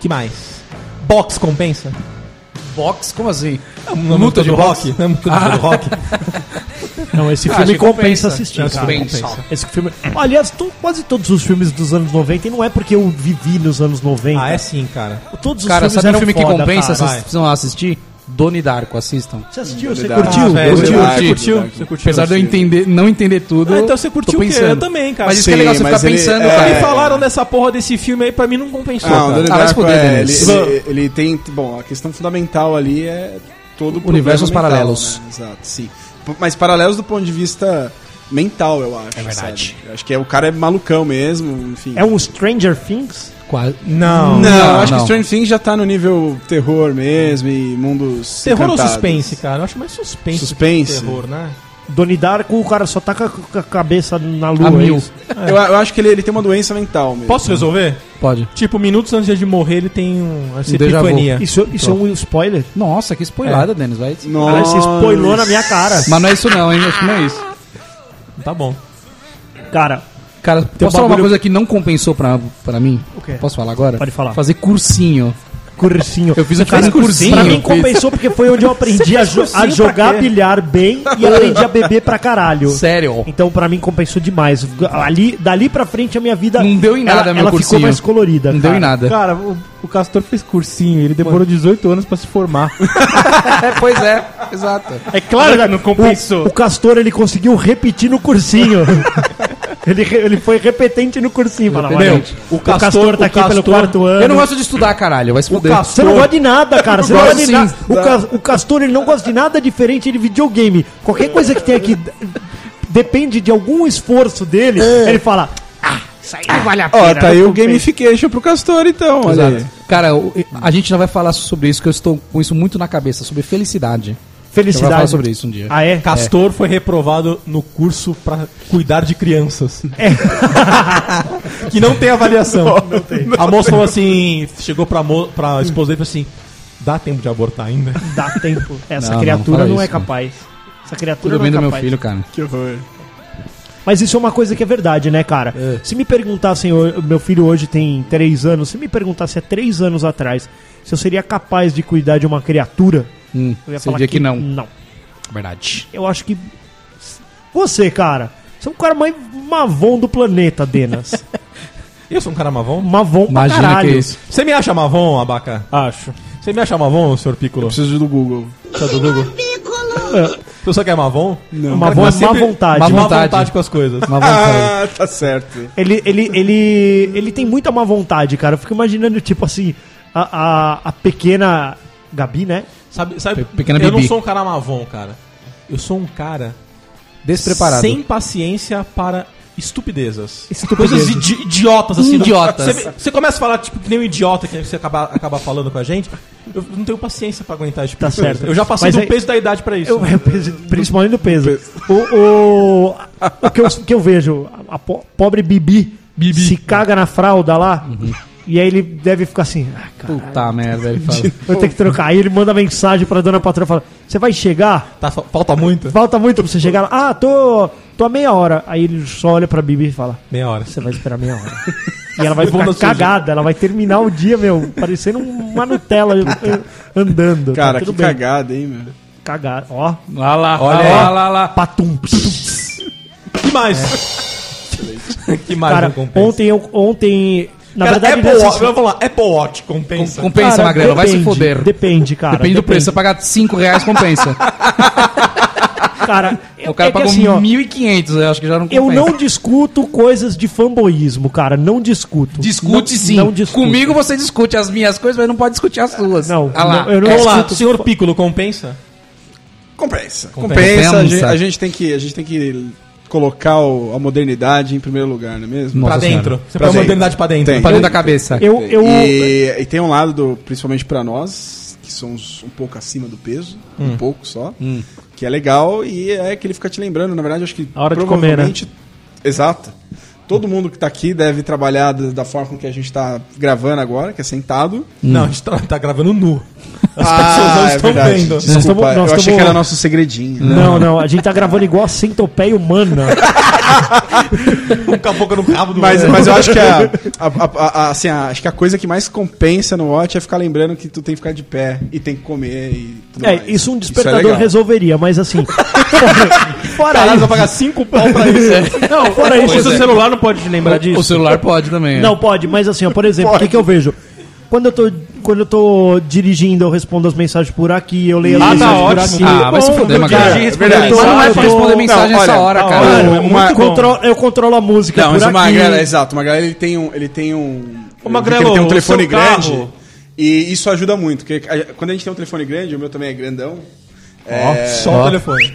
S2: Que mais? Box compensa? É
S5: box? Como assim?
S2: Na música do rock? Na música do rock.
S3: [LAUGHS] Não, esse
S5: Ah,
S3: filme
S5: acho que
S3: compensa
S5: compensa.
S3: assistir.
S5: Acho que
S3: cara.
S5: compensa.
S3: Esse filme. Aliás, to- quase todos os filmes dos anos 90, e não é porque eu vivi nos anos 90.
S2: Ah, é sim, cara.
S3: Todos os
S5: Cara,
S3: filmes
S5: sabe um
S3: eram
S5: filme que
S3: foda,
S5: compensa? É
S3: cara.
S5: Vocês
S2: vai.
S5: precisam assistir? Doni Darko, assistam.
S3: Você assistiu? Você
S6: Ah,
S3: curtiu?
S2: velho,
S3: Curtiu?
S2: eu-
S6: curtiu?
S2: Você curtiu?
S5: Apesar de eu entender, não entender tudo.
S2: Ah, então você curtiu o
S5: tô
S2: quê?
S5: pensando.
S2: Eu também, cara.
S5: Mas isso que é
S6: Sim,
S5: legal você
S6: mas
S5: ficar
S6: ele-
S5: pensando,
S6: é,
S5: cara.
S2: Me falaram dessa porra desse filme aí, pra mim não compensou.
S6: Ah, o
S2: cara.
S6: Donnie
S5: Ah, vai se
S6: Darko,
S5: fuder,
S6: é, ele,
S5: Denis.
S6: ele- ele tem. Bom, a questão fundamental ali é todo o
S5: Universos
S6: problema mental,
S5: paralelos.
S6: né? Exato, sim. P- Mas paralelos do ponto de vista mental, eu acho. É verdade. acho que é, o cara é malucão mesmo, enfim.
S3: É um Stranger Things?
S5: Quase.
S2: Não.
S6: Não,
S5: Não,
S6: acho
S5: não.
S6: que Stranger Things já tá no nível terror mesmo e mundos.
S2: Terror ou
S6: encantados.
S2: suspense, cara? Eu acho mais suspense. do que
S6: Suspense.
S2: Terror, né?
S3: Donnie Darko, o cara só tá com a- com a cabeça na lua.
S5: A mil.
S3: é isso?
S6: Eu, eu acho que ele, ele tem uma doença mental mesmo.
S2: Posso resolver?
S5: Pode.
S2: Tipo, minutos antes de morrer, ele tem um, essa
S5: Um déjà vu.
S2: epifania.
S3: Isso, isso é um spoiler?
S5: Nossa, que spoilada, Denis. Vai.
S3: Cara,
S6: Nossa.
S3: você spoilou na minha cara.
S5: Mas não é isso não, hein? Acho que não é isso.
S2: Tá bom.
S3: Cara,
S5: Cara,
S3: Teu
S5: posso falar uma
S3: um bagulho-
S5: coisa que não compensou pra, pra mim?
S3: O quê?
S5: Posso falar agora?
S3: Pode falar.
S5: Fazer cursinho.
S3: cursinho.
S5: Eu fiz um
S3: Cara,
S5: fez cursinho.
S3: Pra mim
S5: eu fiz.
S3: compensou porque foi onde eu aprendi a, jo-
S2: cursinho
S3: a
S2: pra
S3: jogar
S2: quê?
S3: bilhar bem e aprendi a beber pra caralho.
S5: Sério.
S3: Então pra mim compensou demais. Ali, dali pra frente a minha vida
S5: Não deu em nada,
S3: ela,
S5: meu
S3: ela ficou
S5: cursinho.
S3: mais colorida.
S5: Não
S3: cara.
S5: deu em nada.
S4: Cara, o, o Castor fez cursinho, ele demorou 18 anos pra se formar.
S5: [LAUGHS] É, pois é, exato.
S3: É claro que
S4: não compensou.
S3: O, o Castor ele conseguiu repetir no cursinho. [LAUGHS] ele, re- ele foi repetente no cursinho. Fala,
S5: Meu,
S3: o, Castor, tá aqui pelo quarto ano.
S5: Eu não gosto de estudar, caralho. Vai se fuder.
S3: Você não gosta de
S5: [LAUGHS]
S3: nada, cara. Você não
S5: Gosto
S3: gosta de
S5: sim.
S3: nada. O, Cas- o Castor ele não gosta de nada diferente de videogame. Qualquer coisa que tenha que d- [LAUGHS] depende de algum esforço dele,
S5: É.
S3: ele fala.
S6: Ó, tá aí o gamification pro Castor, então. Olha aí.
S5: Exato. Cara, o- a gente não vai falar sobre isso, que eu estou com isso muito na cabeça, sobre felicidade. Eu vou falar
S3: Felicidade.
S5: sobre isso um dia.
S3: Ah, é?
S2: Castor foi reprovado no curso pra cuidar de crianças. [LAUGHS] que não tem avaliação. a moça falou assim, chegou pra, mo pra esposa dele e falou assim, dá tempo de abortar ainda.
S3: Dá
S5: [LAUGHS]
S3: tempo. Essa
S5: Não, não,
S3: criatura
S5: fala
S3: não, é
S5: isso, cara.
S3: capaz. Essa criatura
S5: Tudo
S3: não é
S5: bem do
S3: capaz.
S5: meu filho, cara.
S6: Que horror.
S3: Mas isso é uma coisa que é verdade, né, cara?
S5: É.
S3: Se me perguntassem, ho- meu filho hoje tem 3 anos, se me perguntasse há 3 anos atrás se eu seria capaz de cuidar de uma criatura,
S5: Hum,
S3: eu ia
S5: você
S3: falar
S5: diria que não.
S3: Não.
S5: Verdade.
S3: Eu acho que. Você, cara. Você é um cara mais mavon do planeta,
S5: [LAUGHS]
S3: Denas.
S2: Eu sou um cara mavon?
S3: Mavon pra
S5: Imagina
S3: caralho.
S5: que é isso.
S2: Você me acha mavon, abaca? Acho. Você me acha mavon, senhor Piccolo?
S6: Preciso do Google.
S2: Você do Google? Você só quer mavon? Um Não.
S3: Mavon é má vontade.
S5: Má
S2: tá Má
S5: vontade.
S2: vontade com as coisas.
S5: Uma vontade.
S6: Ah, tá certo.
S3: Ele, ele, ele, ele tem muita má vontade, cara. Eu fico imaginando, tipo assim, a, a, a pequena Gabi, né?
S2: Sabe, sabe
S5: Pe- pequena
S2: eu não
S5: Bibi.
S2: sou um cara mavon, cara. Eu sou um cara
S5: Despreparado.
S2: sem paciência para estupidezas.
S3: Estupidezes.
S2: Coisas idi- idiotas, assim.
S5: Idiotas.
S2: Você, você começa a falar, tipo, que nem um idiota que você acaba, acaba falando com a gente. Eu não tenho paciência pra aguentar esse tipo
S3: Tá
S2: de coisa.
S3: certo.
S2: Eu já passei
S3: Mas
S2: do
S3: aí-
S2: peso da idade pra isso.
S3: Eu, eu peso- principalmente do peso. O, o, o que, eu, o que eu vejo, a, a po- pobre Bibi, se caga na fralda lá, e aí ele deve ficar assim, ah, cara,
S5: Puta merda, ele fala.
S3: vou ter que trocar. Aí ele manda mensagem pra dona patroa, fala, você vai chegar?
S2: Tá, fa- falta muito?
S3: Falta muito pra você chegar lá. Ah, tô, tô a meia hora. Aí ele só olha pra Bibi e fala:
S2: Meia hora.
S3: Você vai esperar meia hora. E ela vai
S2: Eu vou
S5: um
S3: ficar
S2: na sujeira.
S3: cagada, ela vai terminar o dia, meu, parecendo uma Nutella eh, andando. Tá
S6: Cara,
S3: tudo
S6: que
S3: bem.
S6: cagada, hein, meu.
S3: Cagada. Ó,
S5: Lá lá,
S2: Olha
S5: lá,
S2: aí.
S5: lá, lá, lá.
S3: patum.
S2: Que mais? [LAUGHS] que mais
S3: Cara,
S2: não compensa?
S3: ontem eu. Ontem. Na
S2: Cara, é
S3: verdade,
S2: Apple
S3: nessa-
S2: Watch, vamos lá, Apple Watch compensa.
S5: é Compensa,
S3: Cara,
S5: Magrelo, vai se
S3: depende,
S5: foder.
S3: Depende, cara.
S5: Depende do preço, você pagar 5 reais compensa.
S3: Cara,
S5: [LAUGHS]
S3: [LAUGHS] é
S5: o cara um
S3: que
S5: pagou
S3: assim, ó,
S5: 1.500, eu acho que já não compensa.
S3: eu não discuto coisas de fanboísmo, cara. Não discuto.
S5: Discute
S3: Não-
S5: sim.
S3: Não discuto.
S5: Comigo você discute as minhas coisas, mas não pode discutir as suas.
S3: Não,
S5: ah lá.
S3: não, eu não-
S5: É,
S2: Vamos lá,
S3: Escuta-
S2: senhor Piccolo, compensa?
S6: Compensa. Compensa.
S5: Compensa.
S6: A, gente, a gente tem que, a gente tem que colocar o- a modernidade em primeiro lugar, não é mesmo?
S5: Nossa
S2: pra dentro.
S5: senhora.
S2: Você
S6: Pra
S2: põe a
S6: dentro.
S2: modernidade pra dentro.
S6: Tem.
S5: Pra dentro da cabeça.
S3: Eu, eu,
S6: [LAUGHS] E, e tem um lado, do, principalmente pra nós, que somos um pouco acima do peso,
S3: Hum.
S6: um pouco só, que é legal e é que ele fica te lembrando. Na verdade, acho que
S3: A hora de comer, né?
S6: Exato. Todo mundo que tá aqui deve trabalhar da, da forma com que a gente tá gravando agora, que é sentado.
S2: Não, a gente tá, tá gravando [LAUGHS] nu. As pessoas
S6: Ah, é
S2: não estão
S6: verdade.
S2: vendo.
S6: Desculpa,
S3: Nós tamo- nós
S6: eu achei
S3: tamo-
S6: que era nosso segredinho.
S3: Não, não, a gente tá gravando igual a centopeia humana.
S2: um caboclo no cabo do
S6: Mas, mas eu acho que [LAUGHS] a, a- a- a- a- assim, a- acho que a coisa que mais compensa no Watch é ficar lembrando que tu tem que ficar de pé e tem que comer e tudo
S3: É,
S6: mais.
S3: isso um
S6: é
S3: despertador
S6: legal.
S3: resolveria, mas assim. fora
S2: Caralho,
S3: isso.
S2: vai pagar 5 pau pra isso.
S4: Não,
S3: Fora
S4: o
S3: isso,
S4: seu
S3: Zé.
S4: celular não pode te lembrar disso.
S5: O celular pode também. é.
S3: Não, pode, mas assim, ó, por exemplo, o que, que eu vejo? Quando eu, tô, quando eu tô dirigindo, eu respondo as mensagens por aqui, eu leio as
S4: Ah,
S3: mensagens
S4: tá
S3: por
S4: ótimo.
S3: aqui.
S5: Ah, vai se fuder,
S4: Porque a
S5: Magalhães.
S4: gente
S6: É
S4: responde
S6: verdade.
S5: Mas não é pra
S3: Eu tô-
S5: responder mensagem
S6: Não,
S5: nessa
S6: olha,
S5: hora,
S4: tá,
S5: cara.
S4: olha,
S6: Uma-
S4: muito bom.
S3: Contro- eu controlo a música
S6: Não, mas
S3: por
S6: o
S3: aqui.
S6: Magrela, exato. O Magrela ele tem um. Ele tem um.
S4: Ô, Magrelo,
S6: ele tem um
S4: o
S6: telefone
S4: seu
S6: grande.
S4: carro-
S6: E isso ajuda muito. Porque a- quando a gente tem um telefone grande, o meu também é grandão. é,
S2: Só o telefone.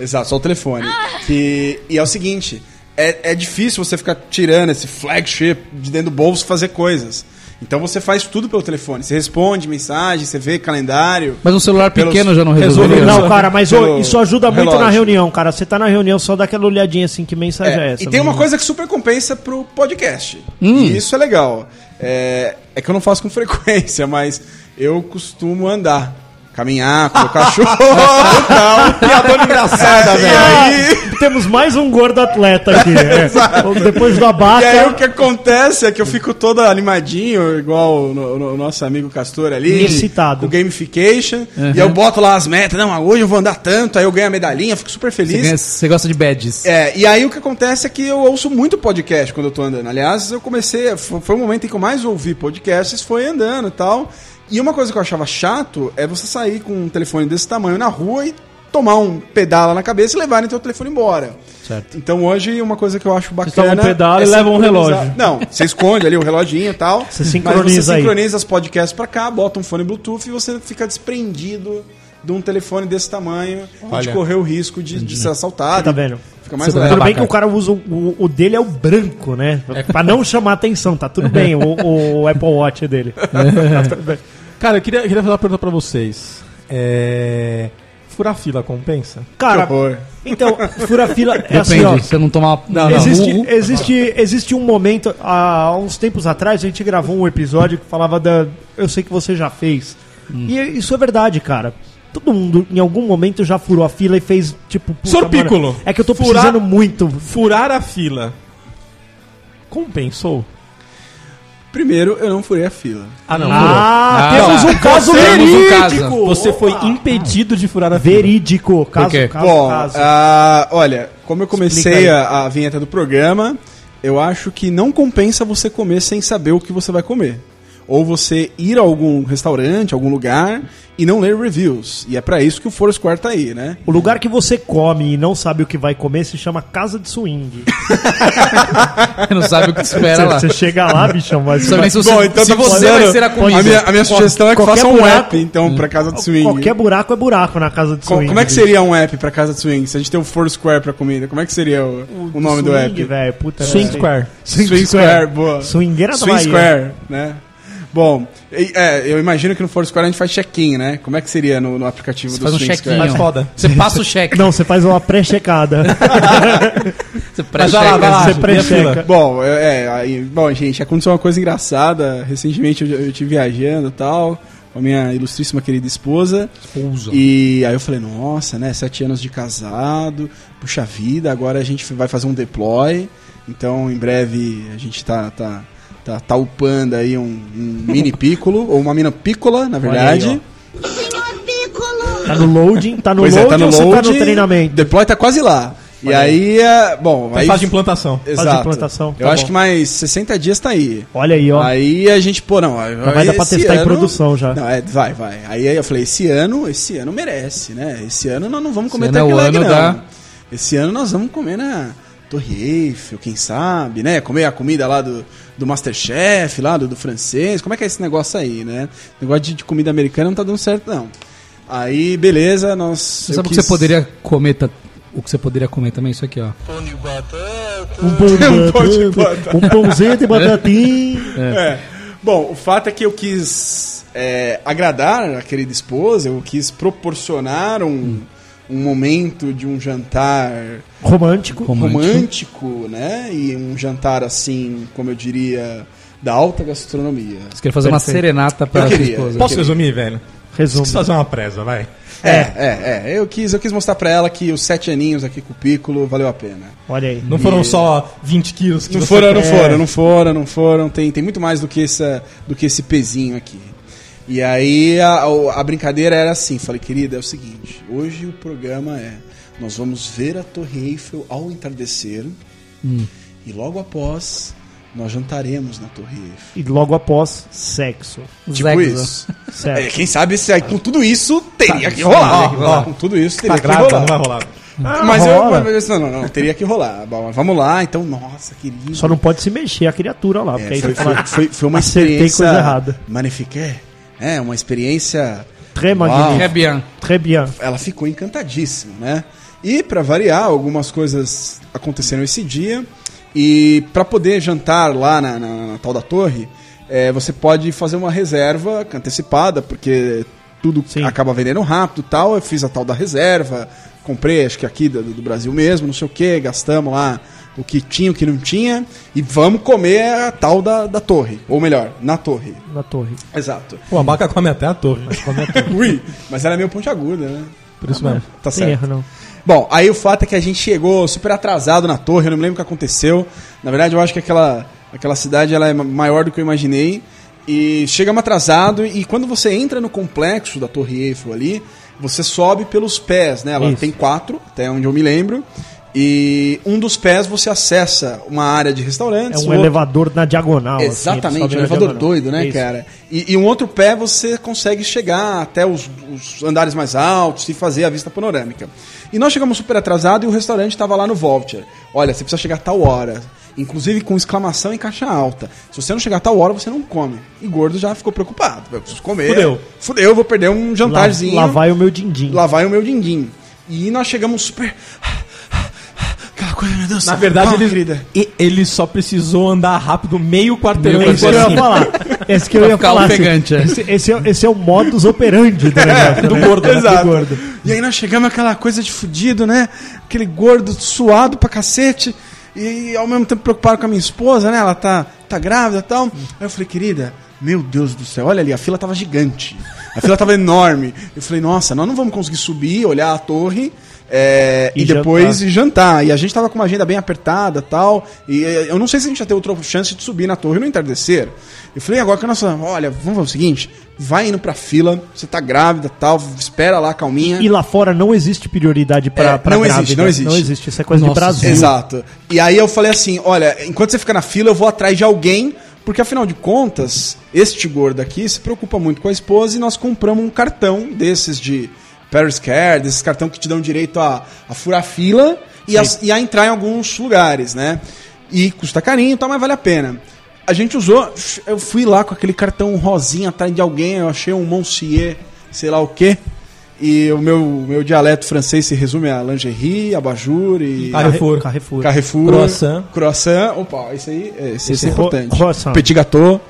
S6: Exato, só o telefone. Que, e é o seguinte: é, é difícil você ficar tirando esse flagship de dentro do bolso e fazer coisas. Então você faz tudo pelo telefone. Você responde mensagem, você vê calendário.
S5: Mas um celular
S6: Pelos-
S5: pequeno já não
S6: resolveria.
S5: resolveria.
S3: [LAUGHS] Não, cara, mas ô,
S6: Pelo-
S3: isso ajuda muito na
S6: relógio.
S3: reunião, cara. Você tá na reunião, só dá aquela olhadinha assim, que mensagem é,
S6: É,
S3: essa?
S6: e tem uma
S3: menino?
S6: coisa que super compensa pro podcast. E isso é legal. É, é que eu não faço com [LAUGHS] frequência, mas eu costumo andar. Caminhar com o cachorro e tal. Piadona engraçada,
S3: né?
S6: E aí,
S3: Temos mais um gordo atleta aqui.
S6: [LAUGHS]
S3: é. Depois do
S6: e
S3: abaca.
S6: aí o que acontece é que eu fico todo animadinho, igual o no- no- o nosso amigo Castor ali.
S3: Excitado.
S6: Com gamification. E eu boto lá as metas. Não, hoje eu vou andar tanto. Aí eu ganho a medalhinha, fico super feliz.
S5: Você, ganha- você gosta de badges.
S6: É, e aí o que acontece é que eu ouço muito podcast quando eu tô andando. Aliás, eu comecei, fo- foi o momento em que eu mais ouvi podcasts, foi andando e tal. E uma coisa que eu achava chato é você sair com um telefone desse tamanho na rua e tomar um pedala na cabeça e levarem teu telefone embora.
S5: Certo.
S6: Então hoje uma coisa que eu acho bacana. é
S4: tomam um pedala e levam um
S6: sincronizar-
S4: relógio.
S6: Não, você esconde ali o reloginho e tal.
S3: Você sincroniza
S6: mas você
S3: aí.
S6: sincroniza os podcasts pra cá, bota um fone Bluetooth e você fica desprendido de um telefone desse tamanho e de correr o risco de, de ser assaltado.
S3: Tá vendo?
S6: Fica mais
S5: Você tá
S6: leve.
S3: Tudo bem
S5: Abaca.
S3: que o cara usa o- o, o dele é o branco, né?
S5: É.
S3: Pra não chamar atenção, tá tudo bem o, o Apple Watch dele. Tá tudo bem.
S2: Cara, eu queria, queria fazer uma pergunta pra vocês. É. Furar fila compensa?
S3: Cara,
S6: Que horror.
S3: então, fura fila é assim,
S5: Depende,
S3: ó.
S5: você não toma. Não,
S3: existe,
S5: o- o-
S3: existe, existe um momento, há uns tempos atrás, a gente gravou um episódio que falava da. Eu sei que você já fez.
S5: Hum.
S3: E isso é verdade, cara. Todo mundo, em algum momento, já furou a fila e fez, tipo. puta,
S2: Senhor
S3: mano,
S2: Piccolo,
S3: É que eu tô
S2: furar-
S3: precisando muito.
S2: Furar a fila compensou?
S6: Primeiro, eu não furei a fila.
S2: Ah, não.
S3: Ah,
S5: Ah,
S3: temos
S5: tá.
S3: um caso
S5: Temos um caso. [LAUGHS]
S3: verídico!
S2: Você foi impedido de furar a fila.
S3: Verídico. Caso,
S5: quê?
S3: caso,
S6: Bom,
S3: caso.
S6: ah, olha, como eu comecei
S3: Explica aí.
S6: a, a vinheta do programa, eu acho que não compensa você comer sem saber o que você vai comer. Ou você ir a algum restaurante, algum lugar e não ler reviews. E é pra isso que o Foro Square tá aí, né?
S3: O lugar que você come e não sabe o que vai comer se chama casa de swing.
S5: não sabe o que te espera lá.
S3: Você chega lá, bichão, mas...
S5: Não sabe nem se você, se
S6: tá
S5: você
S6: funcionando.
S5: vai ser a comida.
S6: A minha, a minha sugestão é que
S3: qualquer
S6: faça um
S3: buraco-
S6: app, então, pra casa de swing.
S3: Qualquer buraco é buraco na casa de
S6: Co-
S3: swing.
S6: Como é que seria um app pra casa de swing? Se a gente tem o Foro Square pra comida, como é que seria o, o nome do
S3: swing,
S6: app?
S3: velho, puta,
S2: Swing
S3: não sei.
S2: Square.
S6: Swing, Square, boa.
S3: Swingueira da
S6: Swing
S3: Bahia.
S6: Square, né? Bom, e- é, eu imagino que no Foursquare a gente faz check-in, né? Como é que seria no, no aplicativo
S5: Você
S6: do
S5: faz um
S6: Swing
S5: chequinho.
S6: Square?
S2: Mas É foda.
S5: Você passa o cheque.
S3: Não, você faz uma pré-checada.
S5: Você né? pré-checa.
S2: vai lá.
S3: você
S2: minha
S3: pré-checa.
S2: fila.
S6: Bom, é, é, aí, bom, gente, aconteceu uma coisa engraçada. Recentemente eu, eu estive viajando e tal, com a minha ilustríssima querida esposa.
S5: Esposa.
S6: E aí eu falei, nossa, né? Sete anos de casado, puxa vida, agora a gente vai fazer um deploy. Então em breve a gente tá. tá Tá, tá upando aí um, um mini piccolo, ou uma mina piccola, na verdade.
S3: Tá no loading, tá no
S6: Pois
S3: loading
S6: é, tá no
S3: ou você tá
S6: load,
S3: no treinamento?
S6: Deploy tá quase lá. E aí, é, bom,
S2: Tá em
S6: aí...
S2: fase de implantação.
S6: Exato.
S3: Fase de implantação,
S6: Eu
S3: tá
S6: acho
S3: bom.
S6: que mais 60 dias tá aí.
S3: Olha aí, ó.
S6: Aí a gente, pô, não,
S3: vai dar pra testar em produção já.
S6: Não, é, vai, vai. Aí eu falei, esse ano, esse ano merece, né? Esse ano nós não vamos comer
S5: ano é o
S6: teclag,
S5: ano
S6: não.
S5: da-
S6: Esse ano nós vamos comer na Torre Eiffel, quem sabe, né? Comer a comida lá do, do Masterchef, lá do, do francês. Como é que é esse negócio aí, né? Negócio de, de comida americana não tá dando certo, não. Aí, beleza, nós...
S5: Você
S6: eu
S5: sabe o que
S6: quis-
S5: você poderia comer? ta- O que você poderia comer também? Isso aqui, ó.
S3: Um pão de
S6: [LAUGHS] Um pão de
S3: batata, um pãozinho de batatinha.
S6: É. Bom, o fato é que eu quis é, agradar a querida esposa, eu quis proporcionar um, um momento de um jantar
S3: Romântico.
S6: romântico. né? E um jantar assim, como eu diria, da alta gastronomia.
S5: Você quer fazer uma
S3: Perfeito.
S5: serenata pra
S6: Eu
S5: sua
S3: [LAUGHS]
S6: queria.
S5: esposa.
S2: Posso resumir, velho?
S3: Resumo.
S2: Quis fazer uma presa, vai.
S6: É, é, é. Eu quis, eu quis mostrar pra ela que os sete aninhos aqui com o Piccolo valeu a pena.
S3: Olha aí.
S2: Não foram só 20 quilos que
S6: Não
S2: você- É.
S6: foram, não foram, não foram, não foram. Tem, tem muito mais do que, essa, do que esse pezinho aqui. E aí a, a brincadeira era assim, falei, querida, é o seguinte, hoje o programa é nós vamos ver a Torre Eiffel ao entardecer
S2: Hum.
S6: e logo após nós jantaremos na Torre Eiffel.
S3: E logo após, sexo.
S6: Tipo
S5: Sexo.
S6: isso. É,
S2: né?
S3: Certo.
S6: quem sabe se aí com tudo isso
S2: Tá,
S6: teria que rolar.
S2: rolar.
S6: Com tudo isso teria
S2: Tá
S6: que
S2: grávida,
S6: rolar.
S2: não vai rolar.
S6: É. Mas eu,
S3: rola.
S6: mas- não, não, não, teria que rolar. Bom, vamos lá, então, nossa, querido.
S3: Só não pode se mexer a criatura lá, porque
S6: É,
S3: aí
S6: foi,
S3: você então fala,
S6: foi, foi, foi uma
S3: Acertei
S6: experiência
S3: coisa errada.
S6: magnifique. É, uma experiência.
S3: très
S6: Uau.
S3: magnifique,
S5: Rebian.
S3: très bien.
S6: Ela ficou encantadíssima, né? E pra variar, algumas coisas aconteceram esse dia. E pra poder jantar lá na, na- na tal da torre, é, você pode fazer uma reserva antecipada, porque tudo
S3: Sim.
S6: acaba vendendo rápido e tal. Eu fiz a tal da reserva, comprei, acho que aqui do, do Brasil mesmo, não sei o que, gastamos lá o que tinha, o que não tinha, e vamos comer a tal da, da torre. Ou melhor, na torre.
S3: Na torre.
S6: Exato.
S2: Pô, a vaca come até a torre.
S6: [LAUGHS] Ui, mas era meio ponte aguda, né?
S2: Por isso mesmo.
S6: Tá
S3: Sem
S6: certo.
S3: erro, não.
S6: Bom, aí o fato é que a gente chegou super atrasado na torre, eu não me lembro o que aconteceu. Na verdade, eu acho que aquela, aquela cidade ela é ma- maior do que eu imaginei. E chegamos atrasado, e quando você entra no complexo da Torre Eiffel ali, você sobe pelos pés, né? Ela
S3: Isso.
S6: tem quatro, até onde eu me lembro. E um dos pés você acessa uma área de
S3: É
S6: restaurantes.
S3: um
S6: o outro-
S3: elevador na diagonal. assim, ele
S6: Exatamente,
S3: sobe
S6: um
S3: na
S6: elevador
S3: diagonal.
S6: doido, né,
S3: Isso.
S6: cara? E, e um outro pé você consegue chegar até os, os andares mais altos e fazer a vista panorâmica. E nós chegamos super atrasado e o restaurante estava lá no Vulture. Olha, você precisa chegar a tal hora. Inclusive com exclamação em caixa alta. Se você não chegar a tal hora, você não come. E gordo já ficou preocupado. Eu preciso comer.
S2: Fudeu.
S6: Fudeu, vou perder um
S3: Lá,
S6: jantarzinho.
S3: lá vai o meu dindim.
S6: Lá vai o meu dindim. E nós chegamos super. Aquela coisa, meu Deus do
S2: Na
S6: céu.
S2: verdade,
S6: Calma,
S2: ele,
S6: querida.
S2: e- ele só precisou andar rápido meio quarteirão.
S5: Meio
S2: e
S3: Esse que eu ia
S5: quarteirão.
S2: assim,
S3: falar. Esse que eu
S5: Pra
S3: ia
S5: ficar
S3: falar. assim,
S5: ofegante, é.
S3: esse, esse é, esse é o modus operandi
S6: [LAUGHS] É,
S3: do negócio.
S2: do
S3: né?
S2: gordo, né?
S6: Exato.
S3: Do gordo.
S6: E aí nós chegamos aquela coisa de fudido, né? Aquele gordo suado pra cacete. E ao mesmo tempo preocupado com a minha esposa, né? Ela tá, tá grávida e tal. Aí eu falei, querida, meu Deus do céu, olha ali, a fila tava gigante. A fila tava enorme. Eu falei, nossa, nós não vamos conseguir subir, olhar a torre. é, e,
S3: E
S6: depois jantar. E a gente tava com uma agenda bem apertada tal. E eh, eu não sei se a gente ia ter outra chance de subir na torre no entardecer. Eu falei, agora que a nossa. Olha, vamos fazer o seguinte: vai indo pra fila, você tá grávida tal, espera lá, calminha.
S3: E lá fora não existe prioridade pra,
S6: É,
S3: pra
S6: não
S3: grávida.
S6: existe, não existe.
S3: Não existe, isso é coisa
S5: Nossa,
S3: de Brasil.
S6: Exato. E aí eu falei assim: olha, enquanto você fica na fila, eu vou atrás de alguém, porque afinal de contas, este gordo aqui se preocupa muito com a esposa e nós compramos um cartão desses de Paris Care, desses cartão que te dão direito a, a furar fila e a, e a entrar em alguns lugares, né? E custa carinho e tal, mas vale a pena. A gente usou, eu fui lá com aquele cartão rosinha atrás de alguém, eu achei um Monsieur, sei lá o quê. E o meu, meu dialeto francês se resume a lingerie, abajur e.
S2: Carrefour.
S3: Carrefour.
S6: Carrefour.
S2: Croissant.
S6: Croissant. Opa, isso aí é, esse
S3: Esse
S6: é
S3: é
S6: importante.
S3: cro- croissant.
S6: Petit gâteau.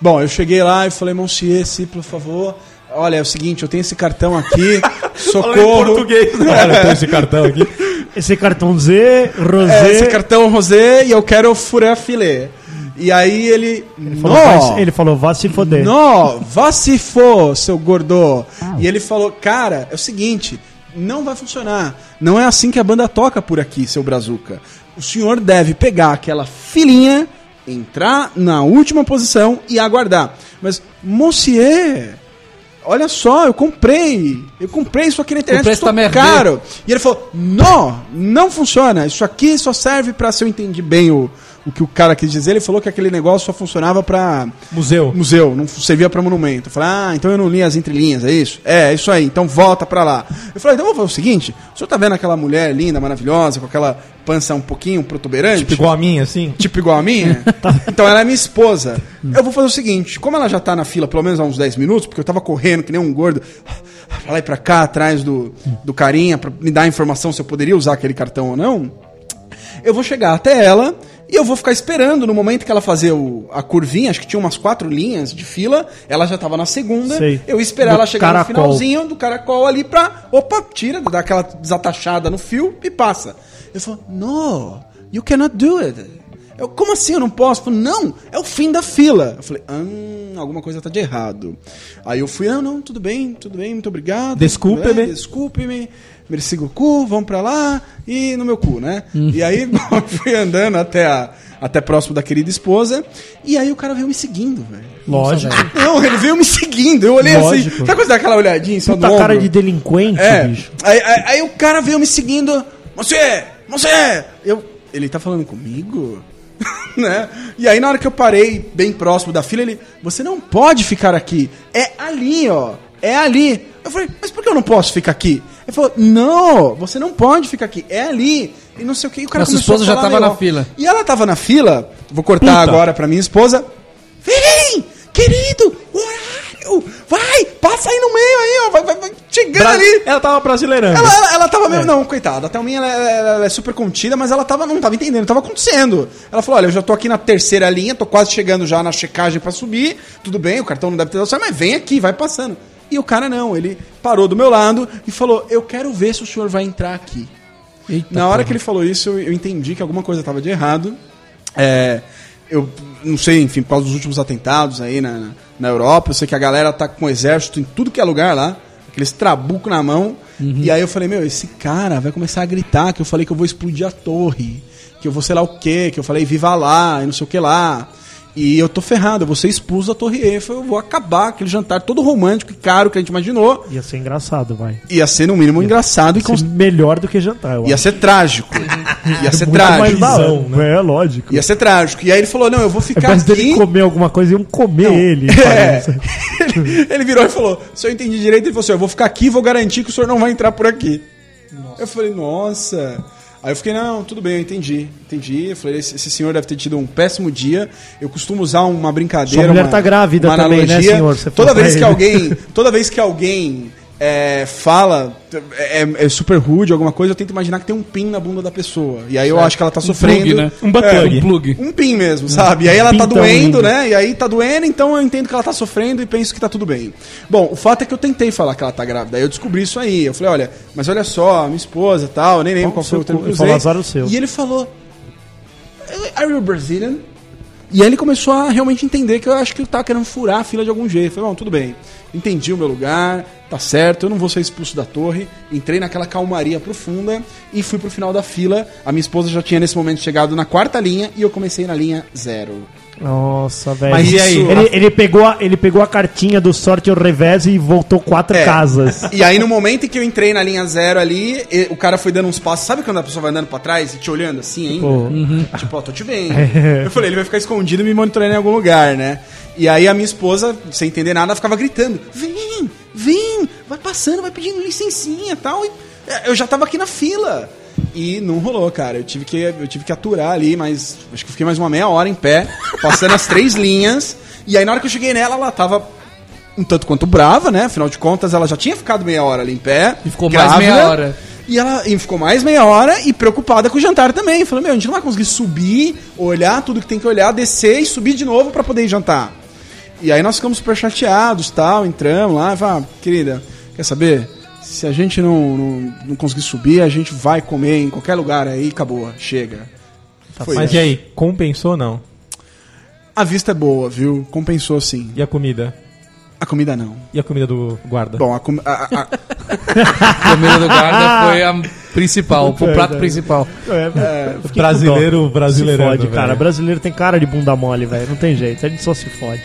S6: Bom, eu cheguei lá e falei, monsieur, se por favor. Olha, é o seguinte, eu tenho esse
S3: [LAUGHS]
S6: cartão aqui.
S2: Falando em
S6: socorro.
S2: português, né? Olha, eu tenho esse cartão
S6: [LAUGHS]
S2: aqui.
S3: Esse cartão Z,
S6: É,
S3: Rosé.
S6: esse cartão rosé e eu quero furar filé. E aí ele.
S3: Ele
S6: não
S3: falou, "Vai se- ele falou, vá se foder.
S6: Não, vá se for, seu gordo. E ele falou, cara, é o seguinte, não vai funcionar. Não é assim que a banda toca por aqui, seu Brazuca. O senhor deve pegar aquela filinha, entrar na última posição e aguardar. Mas, monsieur, olha só, eu comprei. Eu comprei isso aqui na internet,
S5: preço
S6: custou
S5: tá merda.
S6: caro. E ele falou, não, não funciona. Isso aqui só serve pra, se eu entendi bem o, o que o cara quis dizer, ele falou que aquele negócio só funcionava pra
S2: Museu.
S6: museu, não servia pra monumento. Eu falei, ah, então eu não li as entrelinhas, é isso? É, é isso aí, então volta pra lá. Eu falei, então vamos fazer o seguinte: o senhor tá vendo aquela mulher linda, maravilhosa, com aquela pança um pouquinho protuberante?
S2: Tipo igual a minha, assim.
S6: Tipo igual
S3: [LAUGHS]
S6: a minha?
S3: Tá.
S6: então ela é minha esposa. Eu vou fazer o seguinte: como ela já tá na fila pelo menos há uns 10 minutos, porque eu tava correndo que nem um gordo, pra lá e pra cá, atrás do, do carinha, pra me dar a informação se eu poderia usar aquele cartão ou não, eu vou chegar até ela e eu vou ficar esperando no momento que ela fazer o- a curvinha, acho que tinha umas quatro linhas de fila, ela já tava na segunda,
S3: Sei.
S6: eu ia esperar
S3: Do
S6: ela chegar
S3: caracol.
S6: no finalzinho do caracol ali pra, opa, tira, dá aquela desatachada no fio e passa. Ele falou, no, you cannot do it. Eu, como assim eu não posso? Eu falei, não, é o fim da fila. Eu falei, hum, alguma coisa tá de errado. Aí eu fui, não, não, tudo bem, tudo bem, muito obrigado.
S2: Desculpe-me.
S6: É, Desculpe-me. Merci cu, vamos pra lá e no meu cu, né? E aí [LAUGHS] bom, fui andando até, a- até próximo da querida esposa. E aí o cara veio me seguindo, velho.
S3: Lógico.
S6: Não, ele veio me seguindo. Eu olhei
S3: Lógico.
S6: assim. Sabe quando dá aquela olhadinha só
S3: Puta
S6: no
S3: cara
S6: ombro?
S3: de delinquente,
S6: É.
S3: bicho.
S6: Aí, aí- aí o cara veio me seguindo. Você! Você! Eu, ele tá falando comigo? [LAUGHS] né? E aí na hora que eu parei bem próximo da fila, ele. Você não pode ficar aqui. É ali, ó. É ali. Eu falei, mas por que eu não posso ficar aqui? Ele falou, não, você não pode ficar aqui. É ali. E não sei o que. E o cara
S5: Nossa
S6: começou a
S5: esposa já
S6: falar
S5: tava
S6: meio
S5: na fila.
S6: e ela tava na fila, vou cortar
S3: Puta.
S6: agora pra minha esposa. Vem, querido, horário, vai, passa aí no meio aí, ó, vai, vai, vai chegando ali.
S2: Ela tava brasileirando.
S6: Ela, ela, ela tava meio. Não, coitada, a Thelminha ela, ela- ela é super contida, mas ela tava, não tava entendendo, tava acontecendo. Ela falou: olha, eu já tô aqui na terceira linha, tô quase chegando já na checagem pra subir, tudo bem, o cartão não deve ter dado certo, mas vem aqui, vai passando. E o cara não, ele parou do meu lado e falou: eu quero ver se o senhor vai entrar aqui. Na hora que ele falou isso, eu, eu entendi que alguma coisa estava de errado. É, eu não sei, enfim, por causa dos últimos atentados aí na, na- na Europa, eu sei que a galera tá com o exército em tudo que é lugar lá, aqueles trabuco na mão. E aí eu falei, meu, esse cara vai começar a gritar que eu falei que eu vou explodir a torre, que eu vou sei lá o quê, que eu falei viva lá e não sei o que lá. E eu tô ferrado, eu vou ser expulso da Torre Eiffel, eu vou acabar aquele jantar todo romântico e caro que a gente imaginou.
S3: Ia ser engraçado, vai.
S6: Ia ser, no um mínimo, engraçado e
S3: Ia ser
S6: const...
S3: melhor do que jantar, eu
S6: Ia
S3: acho.
S6: ser trágico. Ia ser
S3: Muito mais
S6: trágico.
S3: da hora, né? É lógico.
S6: Ia ser trágico. E aí ele falou: não, eu vou
S3: Ao
S6: ficar
S3: invés
S6: aqui.
S3: É, dele comer alguma coisa, iam comer ele.
S6: É.
S3: parece.
S6: ele, ele virou e falou: se eu entendi direito, ele falou assim: eu vou ficar aqui e vou garantir que o senhor não vai entrar por aqui. Eu falei, nossa. Aí eu fiquei, não, tudo bem, eu entendi. Entendi. Eu falei, esse, esse senhor deve ter tido um péssimo dia. Eu costumo usar uma brincadeira.
S3: Sua mulher
S6: uma,
S3: tá grávida
S6: uma
S3: também, né,
S6: analogia.
S3: senhor? Você
S6: toda
S3: falou
S6: vez
S3: pra
S6: que
S3: ele.
S6: alguém. Toda vez que alguém. é, fala, é, é super rude, alguma coisa, eu tento imaginar que tem um pin na bunda da pessoa. E aí eu acho que ela tá sofrendo.
S5: plug, né?
S2: Um butt
S6: É,
S2: plug.
S5: Um plug.
S6: um pin mesmo, sabe? E aí ela tá
S3: Pintão
S6: doendo,
S3: lindo.
S6: né? E aí tá doendo, então eu entendo que ela tá sofrendo e penso que tá tudo bem. Bom, o fato é que eu tentei falar que ela tá grávida. Aí eu descobri isso aí. Eu falei, olha, mas olha só, minha esposa e tal, eu nem lembro
S3: Qual
S6: qual
S3: o
S6: foi o
S3: seu
S6: termo que
S3: cu-
S6: eu
S3: ele falou,
S6: usei.
S3: azar é o seu.
S6: E ele falou, are you Brazilian? E aí ele começou a realmente entender que eu acho que eu tava querendo furar a fila de algum jeito. Eu Falei, bom, tudo bem. Entendi o meu lugar, tá certo, eu não vou ser expulso da torre. Entrei naquela calmaria profunda e fui pro final da fila. A minha esposa já tinha nesse momento chegado na quarta linha e eu comecei na linha zero.
S3: Nossa, velho.
S2: Mas e aí?
S3: Ele, ele pegou a, ele pegou a cartinha do sorte ao revés e voltou quatro
S6: É.
S3: casas.
S6: [LAUGHS] E aí, no momento em que eu entrei na linha zero ali, e- o cara foi dando uns passos. Sabe quando a pessoa vai andando pra trás e te olhando assim ainda?
S3: uhum.
S6: Tipo, ó, tô te vendo.
S3: [LAUGHS] É.
S6: Eu falei, ele vai ficar escondido e me monitorando em algum lugar, né? E aí, a minha esposa, sem entender nada, ficava gritando: vem, vem, vai passando, vai pedindo licencinha e tal. E é, eu já tava aqui na fila. E não rolou, cara. Eu tive que, eu tive que aturar ali, mas acho que eu fiquei mais uma meia hora em pé, passando as três [LAUGHS] linhas. E aí, na hora que eu cheguei nela, ela tava um tanto quanto brava, né? Afinal de contas, ela já tinha ficado meia hora ali em pé.
S5: E ficou mais meia hora.
S6: E ela e ficou mais meia hora e preocupada com o jantar também. Falou, meu, a gente não vai conseguir subir, olhar tudo que tem que olhar, descer e subir de novo pra poder ir jantar. E aí nós ficamos super chateados tal, entramos lá, e falamos, ah, querida, quer saber? Se a gente não, não, não conseguir subir, a gente vai comer em qualquer lugar aí, acabou, chega.
S5: Tá
S6: Foi
S2: Mas
S6: isso.
S2: e aí, compensou ou não?
S6: A vista é boa, viu? Compensou sim.
S2: E a comida?
S6: A comida não.
S2: E a comida do guarda?
S6: Bom, a, com- a- [LAUGHS] a-
S5: A comida do guarda foi a principal, o prato principal.
S3: É,
S2: fiquei brasileiro, com dó. brasileirando,
S3: Se fode, cara.
S2: velho.
S3: Brasileiro tem cara de bunda mole, velho. Não tem jeito. A gente só se fode.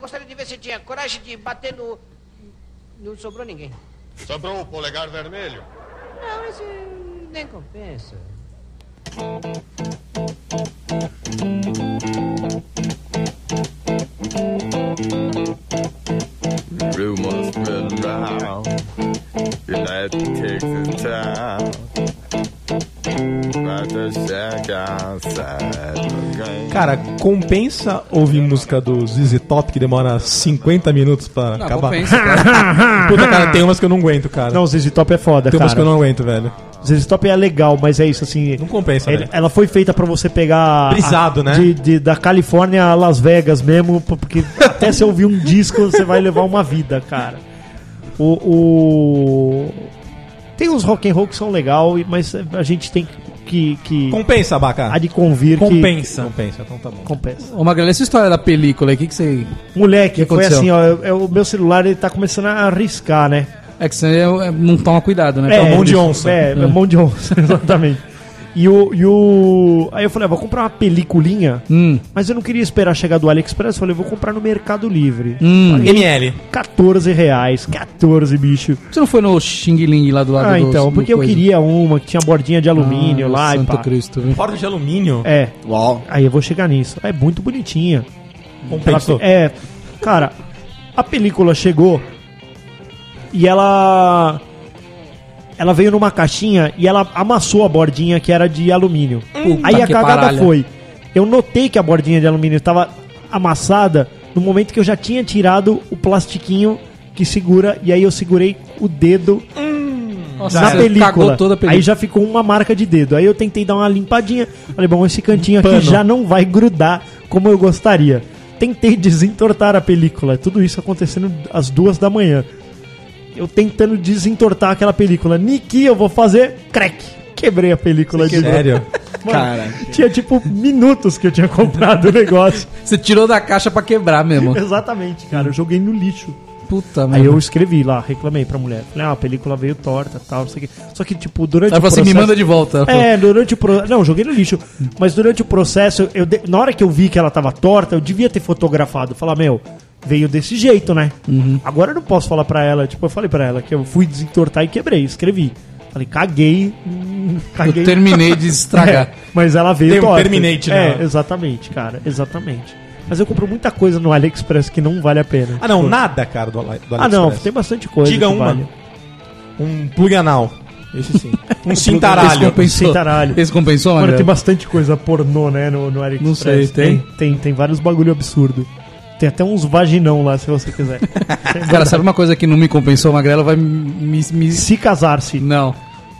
S7: Gostaria de ver se tinha coragem de bater no. Não sobrou ninguém.
S8: Sobrou o polegar vermelho.
S7: Não, isso nem compensa.
S9: rumors spread around. Your life takes its time. Right Quando chega certo.
S2: Cara, compensa ouvir música do ZZ Top que demora 50 minutos pra
S5: Não,
S2: acabar?
S5: compensa,
S2: [LAUGHS]
S5: cara.
S2: Puta, cara, tem umas que eu não aguento, cara.
S3: Não, ZZ Top é foda,
S2: tem umas que eu
S3: cara.
S2: não aguento, velho.
S3: ZZ Top é legal, mas é isso, assim...
S2: Não compensa,
S3: ele-
S2: velho.
S3: ela foi feita pra você pegar...
S2: Brisado,
S3: a-
S2: né?
S3: de- de- da Califórnia a Las Vegas mesmo, porque até você ouvir um disco, você vai levar uma vida, cara. O... o- Tem uns rock and roll que são legal, e- mas a gente tem que... que...
S2: Compensa, Baca.
S3: Há de convir
S2: Compensa. Compensa, então tá bom.
S3: que... Compensa.
S5: Ô, Magrela, essa história da película aí, o que, que você.
S3: Moleque,
S5: O que
S3: foi
S5: aconteceu?
S3: assim, ó. eu- eu- o meu celular, ele tá começando a arriscar, né?
S5: É que você é- é- não toma cuidado, né?
S2: mão um de
S3: isso.
S2: onça.
S3: É, é mão de onça, [LAUGHS] exatamente. E o, e o. Aí eu falei, ah, vou comprar uma peliculinha,
S5: Hum.
S3: mas eu não queria esperar chegar do AliExpress. Falei, vou comprar no Mercado Livre.
S5: Hum.
S2: ML.
S3: 14 reais, 14, bicho.
S5: Você não foi no Xing Ling lá do lado
S3: Ah,
S5: do-
S3: então,
S5: do
S3: porque eu
S5: coisa?
S3: queria uma que tinha bordinha de alumínio
S5: Ah,
S3: lá e
S5: Santo
S3: pá.
S5: Cristo, viu?
S2: Porta de alumínio.
S3: É,
S6: Uau.
S3: aí eu vou chegar nisso. É muito bonitinha. Ela-
S2: Compensou.
S3: é, cara, a película chegou e ela ela veio numa caixinha e ela amassou a bordinha que era de alumínio. Aí a
S5: que
S3: cagada
S5: paralha.
S3: foi. Eu notei que a bordinha de alumínio estava amassada no momento que eu já tinha tirado o plastiquinho que segura e aí eu segurei o dedo
S5: Nossa,
S3: na
S5: você
S3: película.
S5: cagou toda a película.
S3: Aí já ficou uma marca de dedo. Aí eu tentei dar uma limpadinha. Falei, bom, esse cantinho aqui
S2: pano.
S3: já não vai grudar como eu gostaria. Tentei desentortar a película. Tudo isso acontecendo às duas da manhã. Eu tentando desentortar aquela película. Niki, eu vou fazer crack. Quebrei a película de novo.
S2: Sério.
S6: Cara.
S3: Tinha tipo minutos que eu tinha [LAUGHS] comprado o negócio.
S5: Você tirou da caixa pra
S3: [LAUGHS]
S5: quebrar mesmo.
S3: Exatamente, cara. Eu joguei no lixo.
S5: Puta
S3: Aí
S5: merda.
S3: eu escrevi lá, reclamei pra mulher. Falei, ah, a película veio torta tal, não sei o quê. Só que, tipo, durante
S5: Ela falou assim: me
S3: processo-
S5: manda de volta.
S2: Uhum.
S5: Ela falou,
S3: É, durante o processo. Não, joguei no lixo. Mas durante o processo, eu de- na hora que eu vi que ela tava torta, eu devia ter fotografado. Falar, meu, veio desse jeito, né?
S2: Uhum.
S3: Agora eu não posso falar pra ela. Tipo, eu falei pra ela que eu fui desentortar e quebrei, escrevi. Falei, caguei.
S2: [LAUGHS]
S3: hum, caguei.
S5: Eu
S3: [LAUGHS]
S5: terminei de estragar.
S3: É, mas ela veio
S2: Tem um
S3: torta.
S2: terminate
S3: É,
S2: nela.
S3: exatamente, cara, exatamente. Mas eu compro muita coisa no AliExpress que não vale a pena.
S2: Ah, não,
S3: Tipo,
S2: nada, cara, do, Ali- do
S3: Ah, não,
S2: AliExpress.
S3: tem bastante coisa.
S2: Diga
S3: que
S2: uma.
S3: Vale.
S2: Um plug anal. Esse
S3: [LAUGHS]
S2: sim. um
S5: Esse
S2: cintaralho.
S5: compensou.
S3: Cintaralho.
S5: Esse compensou,
S3: Mano,
S5: Magrela?
S3: tem bastante coisa pornô, né, no, no AliExpress.
S5: Não sei, tem?
S3: Tem, tem, tem vários bagulho absurdo. Tem até uns vaginão lá, se você
S5: [LAUGHS]
S3: quiser. Tem-
S5: Cara, sabe uma coisa que não me compensou, Magrela? Vai me. me-
S3: se casar-se.
S5: Não.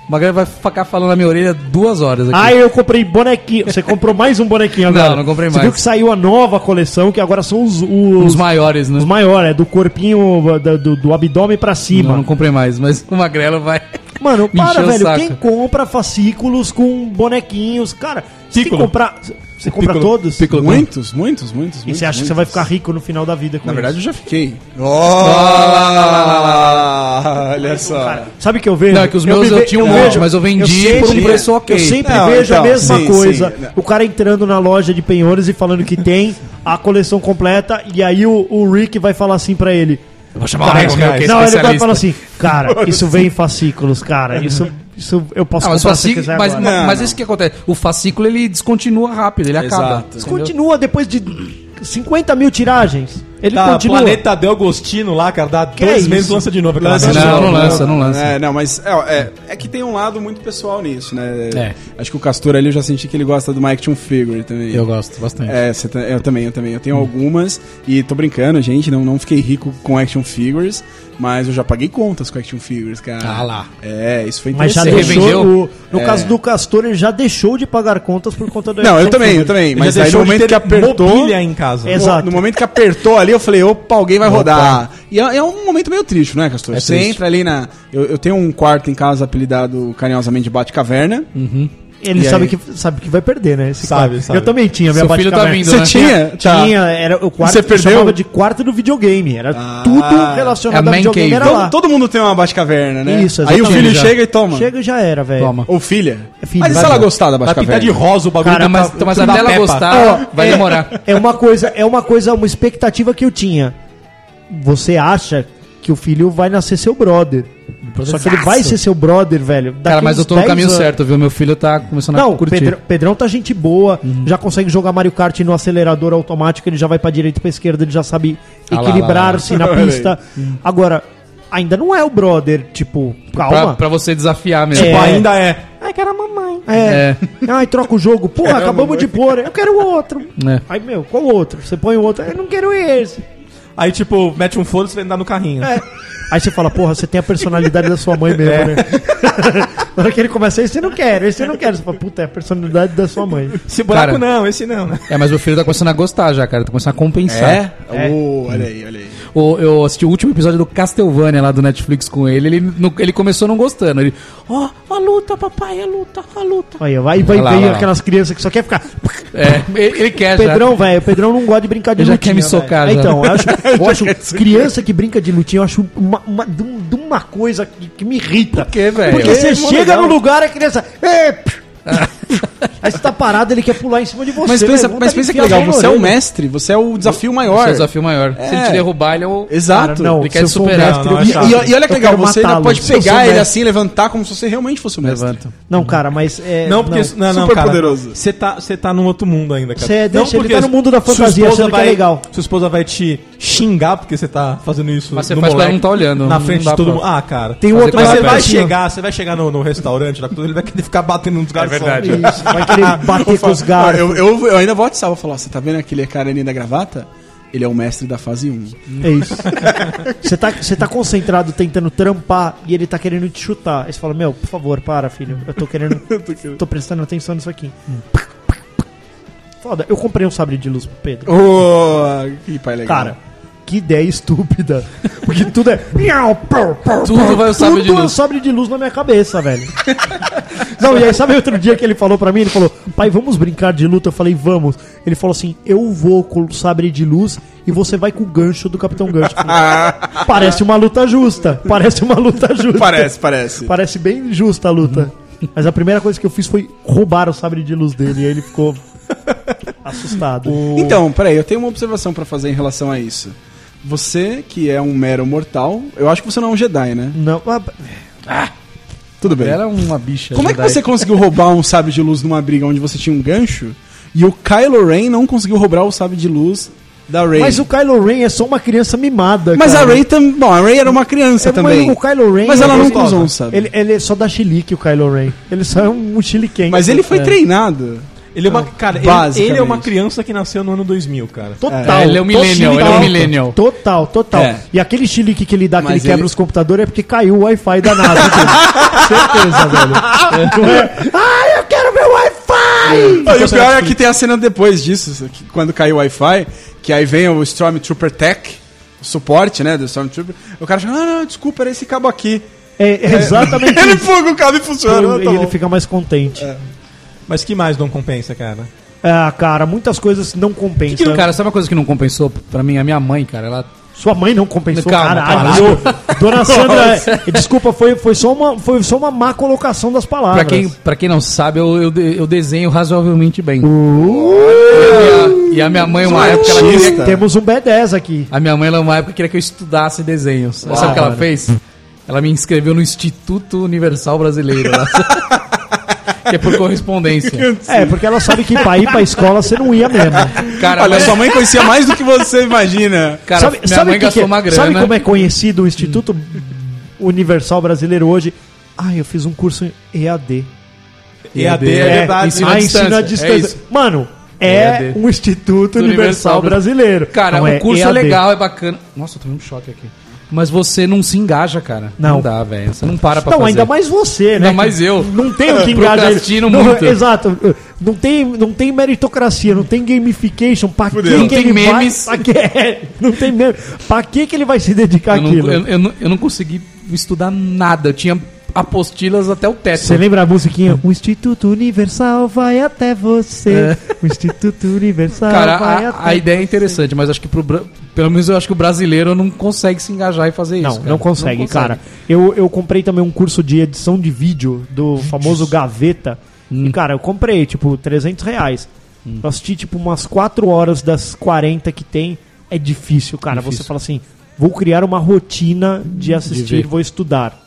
S5: O Magrela vai ficar falando na minha orelha duas horas aqui.
S3: Ah, eu comprei bonequinho. Você comprou mais um bonequinho agora?
S5: Não, não comprei
S3: Você
S5: mais.
S3: viu que saiu a nova coleção, que agora são os, os,
S5: Os maiores, né?
S3: os maiores, é do corpinho, uh, da- do, do abdômen pra cima.
S5: Não, não comprei mais, mas o Magrela vai.
S3: Mano,
S5: Me
S3: para,
S5: encheu o
S3: velho.
S5: saco.
S3: Quem compra fascículos com bonequinhos? Cara, você tem que
S2: Piccolo.
S3: comprar. Você compra todos?
S6: Muitos, muitos, muitos.
S3: E você acha que você vai ficar rico no final da vida com
S6: Na
S3: isso?
S6: verdade, eu já fiquei. [LAUGHS] Olha só.
S3: um Cara, Sabe o que eu vejo?
S5: Não, é que os meus
S3: me
S5: eu
S3: ve-
S5: tinha um monte, mas eu vendi por um preço ok.
S3: Eu sempre
S6: Não,
S3: vejo a
S6: então,
S3: mesma
S6: sim,
S3: coisa.
S6: sim.
S3: O cara entrando na loja de penhores e falando que tem a coleção completa, e aí o, o Rick vai falar assim pra ele.
S5: Eu vou chamar o Alex,
S2: Magrela,
S5: meu, que é
S3: não, ele vai
S5: especialista.
S3: falar assim, cara, isso vem em fascículos, cara. Isso, isso eu posso
S5: Ah, mas, o
S3: comprar se eu
S5: fascículo,
S3: quiser
S5: mas,
S3: agora.
S5: mas,
S6: Não,
S5: mas
S6: não.
S5: isso que acontece. O fascículo ele descontinua rápido, ele acaba.
S6: Exato.
S5: entendeu?
S3: Continua depois de 50 mil tiragens. Ele
S2: Tá,
S3: continua.
S2: Planeta Del Agostino lá, cara, dá
S3: Que
S2: dois
S3: isso?
S2: meses lança de novo. aquela
S6: Lança
S2: merda.
S6: de
S5: Não,
S6: novo.
S5: não lança, não lança.
S6: É, não, mas é, é, é que tem um lado muito pessoal nisso, né?
S5: É.
S6: Acho que o Castor ali eu já senti que ele gosta do Mike Action Figure também.
S5: Eu gosto bastante.
S6: É, você tá- eu também, eu também. Eu tenho algumas e tô brincando, gente. Não, não fiquei rico com action figures, mas eu já paguei contas com action figures, cara.
S5: Ah lá.
S6: É, isso foi
S3: Mas já
S5: Você
S6: interessante.
S5: revendeu?
S3: deixou. o- no caso do Castor, ele já deixou de pagar contas por conta do
S6: Não, eu
S3: Action
S6: também, eu
S3: Figure.
S6: também.
S2: Ele
S6: Mas
S2: já
S6: aí no
S2: deixou de
S6: momento
S2: ter
S6: que apertou.
S2: mobília em casa.
S3: É.
S6: no-
S3: Exato.
S6: No momento que apertou ali, eu falei, opa, alguém vai rodar. E é, é um momento meio triste, né, Castor?
S5: É
S6: você
S5: triste.
S6: entra ali na. Eu, eu tenho um quarto em casa apelidado carinhosamente de Bate-Caverna.
S3: Uhum. Ele
S6: E
S3: sabe
S6: aí?
S3: que, sabe que vai perder, né? esse
S2: Sabe,
S3: cara.
S2: sabe.
S3: Eu também tinha minha
S5: Seu filho tá
S3: Batcaverna.
S5: vindo,
S6: Você
S5: né?
S6: tinha? Tá.
S3: Uhum. Tinha, era o quarto
S6: Você
S3: que
S6: perdeu?
S3: chamava de quarto do videogame. Era tudo relacionado
S5: Ah, É a
S3: ao
S5: man
S3: videogame,
S5: cave.
S3: era
S6: Todo-
S3: lá.
S6: todo mundo tem uma Bate-Caverna, né?
S3: Isso,
S6: Aí o
S3: exatamente,
S6: filho
S5: já.
S6: chega e toma.
S3: Chega e já era, velho.
S5: Toma.
S6: Ou filha.
S3: É filho,
S6: Mas e
S3: vai
S6: se ela
S3: lá.
S6: gostar da
S2: Vai pintar de
S6: Bate-Caverna?
S2: rosa o bagulho.
S3: Cara,
S2: tá-
S5: mas,
S2: tá-
S5: mas
S2: da
S5: até ela
S2: Peppa.
S5: gostar, vai
S3: é,
S5: demorar.
S3: É uma coisa, é uma coisa, uma expectativa que eu tinha. Você acha que o filho vai nascer seu brother. Só que ele vai ser seu brother, velho. daqui
S5: Cara, mas
S3: uns
S5: eu tô no
S3: 10
S5: caminho
S3: anos.
S5: certo, viu? Meu filho tá começando
S3: Não,
S5: a
S3: o
S5: curtir.
S3: Pedro- Pedrão tá gente boa,
S5: Uhum.
S3: já consegue jogar Mario Kart no acelerador automático, ele já vai pra direita e pra esquerda, ele já sabe
S5: Ah lá, Uhum.
S3: equilibrar-se na pista. Agora, ainda não é o brother, tipo,
S5: Pra,
S3: calma.
S5: pra você desafiar mesmo.
S2: Pô,
S3: É.
S2: ainda é.
S3: É,
S2: quero a mamãe.
S3: É.
S5: É. [LAUGHS]
S3: Ai, troca o jogo. Porra, acabamos de pôr. Eu quero outro.
S5: É.
S3: Aí, meu, qual outro? Você põe o outro. Eu não quero esse.
S2: Aí, tipo, mete um foda-se vai andar no carrinho.
S3: É. Aí você fala, porra, você tem a personalidade da sua mãe mesmo, né? [LAUGHS] Na hora que ele começa, esse eu não quero, esse eu não quero. Você fala, puta, é a personalidade da sua mãe.
S2: Esse buraco
S5: Cara.
S2: não, esse não. né?
S5: É, mas o filho tá começando a gostar já, cara. Tá começando a compensar.
S6: É?
S3: É.
S6: Ô, Oh, olha aí, olha aí.
S5: O- eu assisti o último episódio do Castlevania lá do Netflix com ele. Ele, não- ele começou não gostando. Ele, ó, a luta, papai, a luta, a luta.
S3: Aí vai, vai,
S5: Vai lá,
S3: vem
S5: vai lá.
S3: aquelas crianças que só quer ficar.
S5: É, ele, ele quer já.
S3: Pedrão, velho, o Pedrão não gosta de brincar de
S5: Ele já
S3: lutinha,
S5: quer me
S3: velho.
S5: socar, já.
S3: Então, eu
S5: [LAUGHS]
S3: acho, eu acho criança que brinca de lutinha, eu acho uma, uma, de um- de uma coisa que, que me irrita. Por
S5: quê, velho?
S3: Porque você
S6: É mó
S3: chega
S6: legal.
S5: um-
S3: no lugar, a criança. "É, pff". [LAUGHS] Aí você tá parado, ele quer pular em cima de você. né?
S5: Ah. Mas pensa-
S3: velho. Vontade
S5: mas
S3: de
S5: pensa que
S3: enfiar a
S6: Legal,
S3: mão na
S5: um
S6: você é o
S3: orelha.
S6: mestre, você é o desafio maior.
S5: Esse é o desafio maior. Se ele te derrubar, ele é o...
S3: Cara,
S6: Exato.
S3: não,
S5: Ele quer
S3: se eu
S5: te
S3: for um
S5: superar.
S3: mestre,
S2: Não,
S3: eu-
S2: é chato.
S6: E, e olha que
S3: Eu
S6: legal,
S3: quero
S6: você ainda
S3: matá-lo.
S6: pode
S3: Se eu
S6: pegar
S3: souber.
S6: ele assim, levantar como se você realmente fosse o mestre.
S5: Levanta.
S3: Não, cara, mas. é,
S2: Não, porque. Não, não,
S6: Super
S2: cara.
S6: poderoso.
S2: Você tá, você tá num outro mundo ainda, cara.
S3: Você
S2: não,
S3: deixa, ele tá no mundo da
S2: sua
S3: fantasia,
S2: esposa
S3: achando que é
S2: vai,
S3: legal.
S2: Sua esposa vai te xingar porque você tá fazendo isso.
S5: Mas você
S2: no
S5: faz pra
S2: moleque,
S5: não tá olhando,
S2: Na
S5: não
S2: frente
S5: dá
S2: de todo
S5: pra-
S2: mundo. Ah, cara.
S3: Tem um
S5: Fazer
S3: outro
S2: Mas você
S5: Claro,
S2: vai
S3: assim, ó.
S2: chegar, você vai chegar no, no restaurante lá, com tudo, ele vai querer ficar batendo nos garçons.
S4: verdade.
S3: Isso,
S2: [LAUGHS]
S3: vai querer bater com os
S6: Ah,
S3: gatos.
S6: eu, eu, eu ainda vou atiçar, vou falar, você tá vendo aquele cara ali da gravata? Ele é o mestre da fase 1.
S3: É isso. [LAUGHS] Você tá, você tá concentrado tentando trampar e ele tá querendo te chutar. Aí você fala, meu, por favor, para, filho. [LAUGHS] Eu tô querendo. Hum. tô prestando atenção nisso aqui. Foda, eu comprei um sabre de luz pro Pedro.
S6: Oh, que pai legal.
S3: Cara, que ideia estúpida. Porque tudo é.
S5: Tudo vai o sabre de
S3: Tudo é
S5: luz.
S3: sabre de luz na minha cabeça, velho. Não, e aí sabe outro dia que ele falou pra mim? Ele falou, pai, vamos brincar de luta? Eu falei, vamos. Ele falou assim, eu vou com o sabre de luz e você vai com o gancho do Capitão Gancho. Eu falei,
S5: [LAUGHS]
S3: parece uma luta justa. Parece uma luta justa.
S6: Parece, parece.
S3: Parece bem justa a luta. Mas a primeira coisa que eu fiz foi roubar o sabre de luz dele. E aí ele
S5: [LAUGHS]
S3: ficou assustado.
S6: Então, peraí, eu tenho uma observação pra fazer em relação a isso. Você, que é um mero mortal, eu acho que você não é um Jedi, né?
S3: Não, ah,
S6: Tudo bem.
S5: Ele era uma bicha.
S6: Como é que
S5: Jedi.
S6: você conseguiu roubar um sábio de luz numa briga onde você tinha um gancho e o Kylo Ren não conseguiu roubar o sábio de luz da Rey?
S3: mas o Kylo Ren é só uma criança mimada.
S6: Mas a
S3: cara.
S6: Rey também. Bom, a Rey era uma criança
S3: É,
S6: também.
S3: Mas, o Kylo Ren
S6: Mas
S3: é
S6: ela não
S3: gostosa.
S6: usou um sabre.
S3: Ele, ele só dá chilique, o Kylo Ren. Ele só é um, um chiliquense.
S6: Mas ele foi
S3: É.
S6: treinado.
S2: Ele é uma, cara, ele,
S6: Basicamente.
S2: ele é uma criança que nasceu no ano 2000, cara.
S3: Total.
S5: É, ele é um
S3: total,
S5: millennial, ele é um
S3: total,
S5: millennial.
S3: Total, total.
S6: É.
S3: E aquele chilique que ele dá, que
S6: Mas
S3: ele quebra
S6: ele-
S3: os computadores, é porque caiu o Wi-Fi da
S6: [LAUGHS]
S3: NASA. entendeu? Certeza, velho. Não é, Ai, eu quero meu Wi-Fi!
S6: Ah, e o pior é que tem a cena depois disso, que quando cai o Wi-Fi, que aí vem o Stormtrooper Tech, o suporte, né, do Stormtrooper. O cara fala, ah, não, desculpa, era esse cabo aqui.
S3: É, é exatamente
S6: [LAUGHS] Ele
S3: isso.
S6: pluga o cabo e funciona.
S3: E
S6: tá
S3: ele
S6: bom. É.
S3: fica mais contente.
S2: Mas que mais não compensa, cara?
S3: Ah, cara, muitas coisas não
S5: Que
S3: compensam.
S5: que- cara, sabe uma coisa que não compensou pra mim? A minha mãe, cara, ela...
S3: Sua mãe não compensou,
S5: Calma,
S3: caralho.
S5: [LAUGHS]
S3: Dona Sandra, é, desculpa, foi, foi, só uma, foi só uma má colocação das palavras.
S5: Pra quem, pra quem não sabe, eu, eu, de- eu desenho razoavelmente bem.
S3: Uh!
S5: E, a, e a minha mãe, uma época, Ah, é ela queria...
S6: Artista.
S3: Temos um B10 aqui.
S5: A minha mãe, ela, uma época, queria que eu estudasse desenhos.
S3: Ah,
S5: sabe o que ela fez? Ela me inscreveu no Instituto Universal
S3: [LAUGHS]
S5: Brasileiro. lá. que é por correspondência.
S3: É, porque ela sabe que pra ir pra escola você não ia mesmo.
S5: Cara,
S6: Olha,
S5: mas-
S6: sua mãe conhecia mais do que você imagina.
S5: cara
S3: sabe,
S5: minha
S3: sabe
S5: mãe
S3: que
S5: gastou
S3: que é-
S5: uma grana.
S3: Sabe como é conhecido o Instituto Universal Brasileiro hoje? Ah, eu fiz um curso em EAD.
S2: EAD é,
S5: É,
S2: verdade.
S5: ensino
S3: ah,
S5: à
S3: ensino à
S5: distância, é
S3: distância. Mano, é
S5: EAD.
S3: um Instituto Universal
S5: Universal
S3: Brasileiro.
S5: Cara,
S3: Não,
S5: o curso é
S3: EAD.
S5: legal, é bacana. Nossa, eu tomei um choque aqui. Mas você não se engaja, cara.
S3: Não.
S5: dá, velho. Você não para pra
S3: Não,
S5: fazer.
S3: ainda mais você, né?
S5: Ainda
S3: que
S5: mais eu.
S3: Não tem o que engajar.
S5: Procrastino
S3: Não,
S5: muito.
S3: Exato. Não tem, não tem meritocracia, não tem gamification. Pra que, que
S5: Não tem
S3: ele
S5: memes.
S3: Vai, pra que, é? não tem memes. Pra que, que ele vai se dedicar
S5: eu não,
S3: àquilo?
S5: eu, eu não, eu não consegui estudar nada. Eu tinha apostilas até o teto.
S3: Você lembra a musiquinha? O Instituto Universal vai até você. O Instituto Universal
S5: É. Cara,
S3: vai
S5: a-
S3: até
S5: a, ideia é interessante, mas acho que pro, bra- pelo menos eu acho que o brasileiro não consegue se engajar e fazer
S3: Não,
S5: isso. cara.
S3: não consegue, cara. Eu, eu comprei também um curso de edição de vídeo do famoso Gaveta. E, cara, eu comprei, tipo, 300 reais. Eu assisti, tipo, umas 4 horas das 40 que tem. É difícil, cara. Você fala assim, vou criar uma rotina de assistir,
S5: ver.
S3: vou estudar.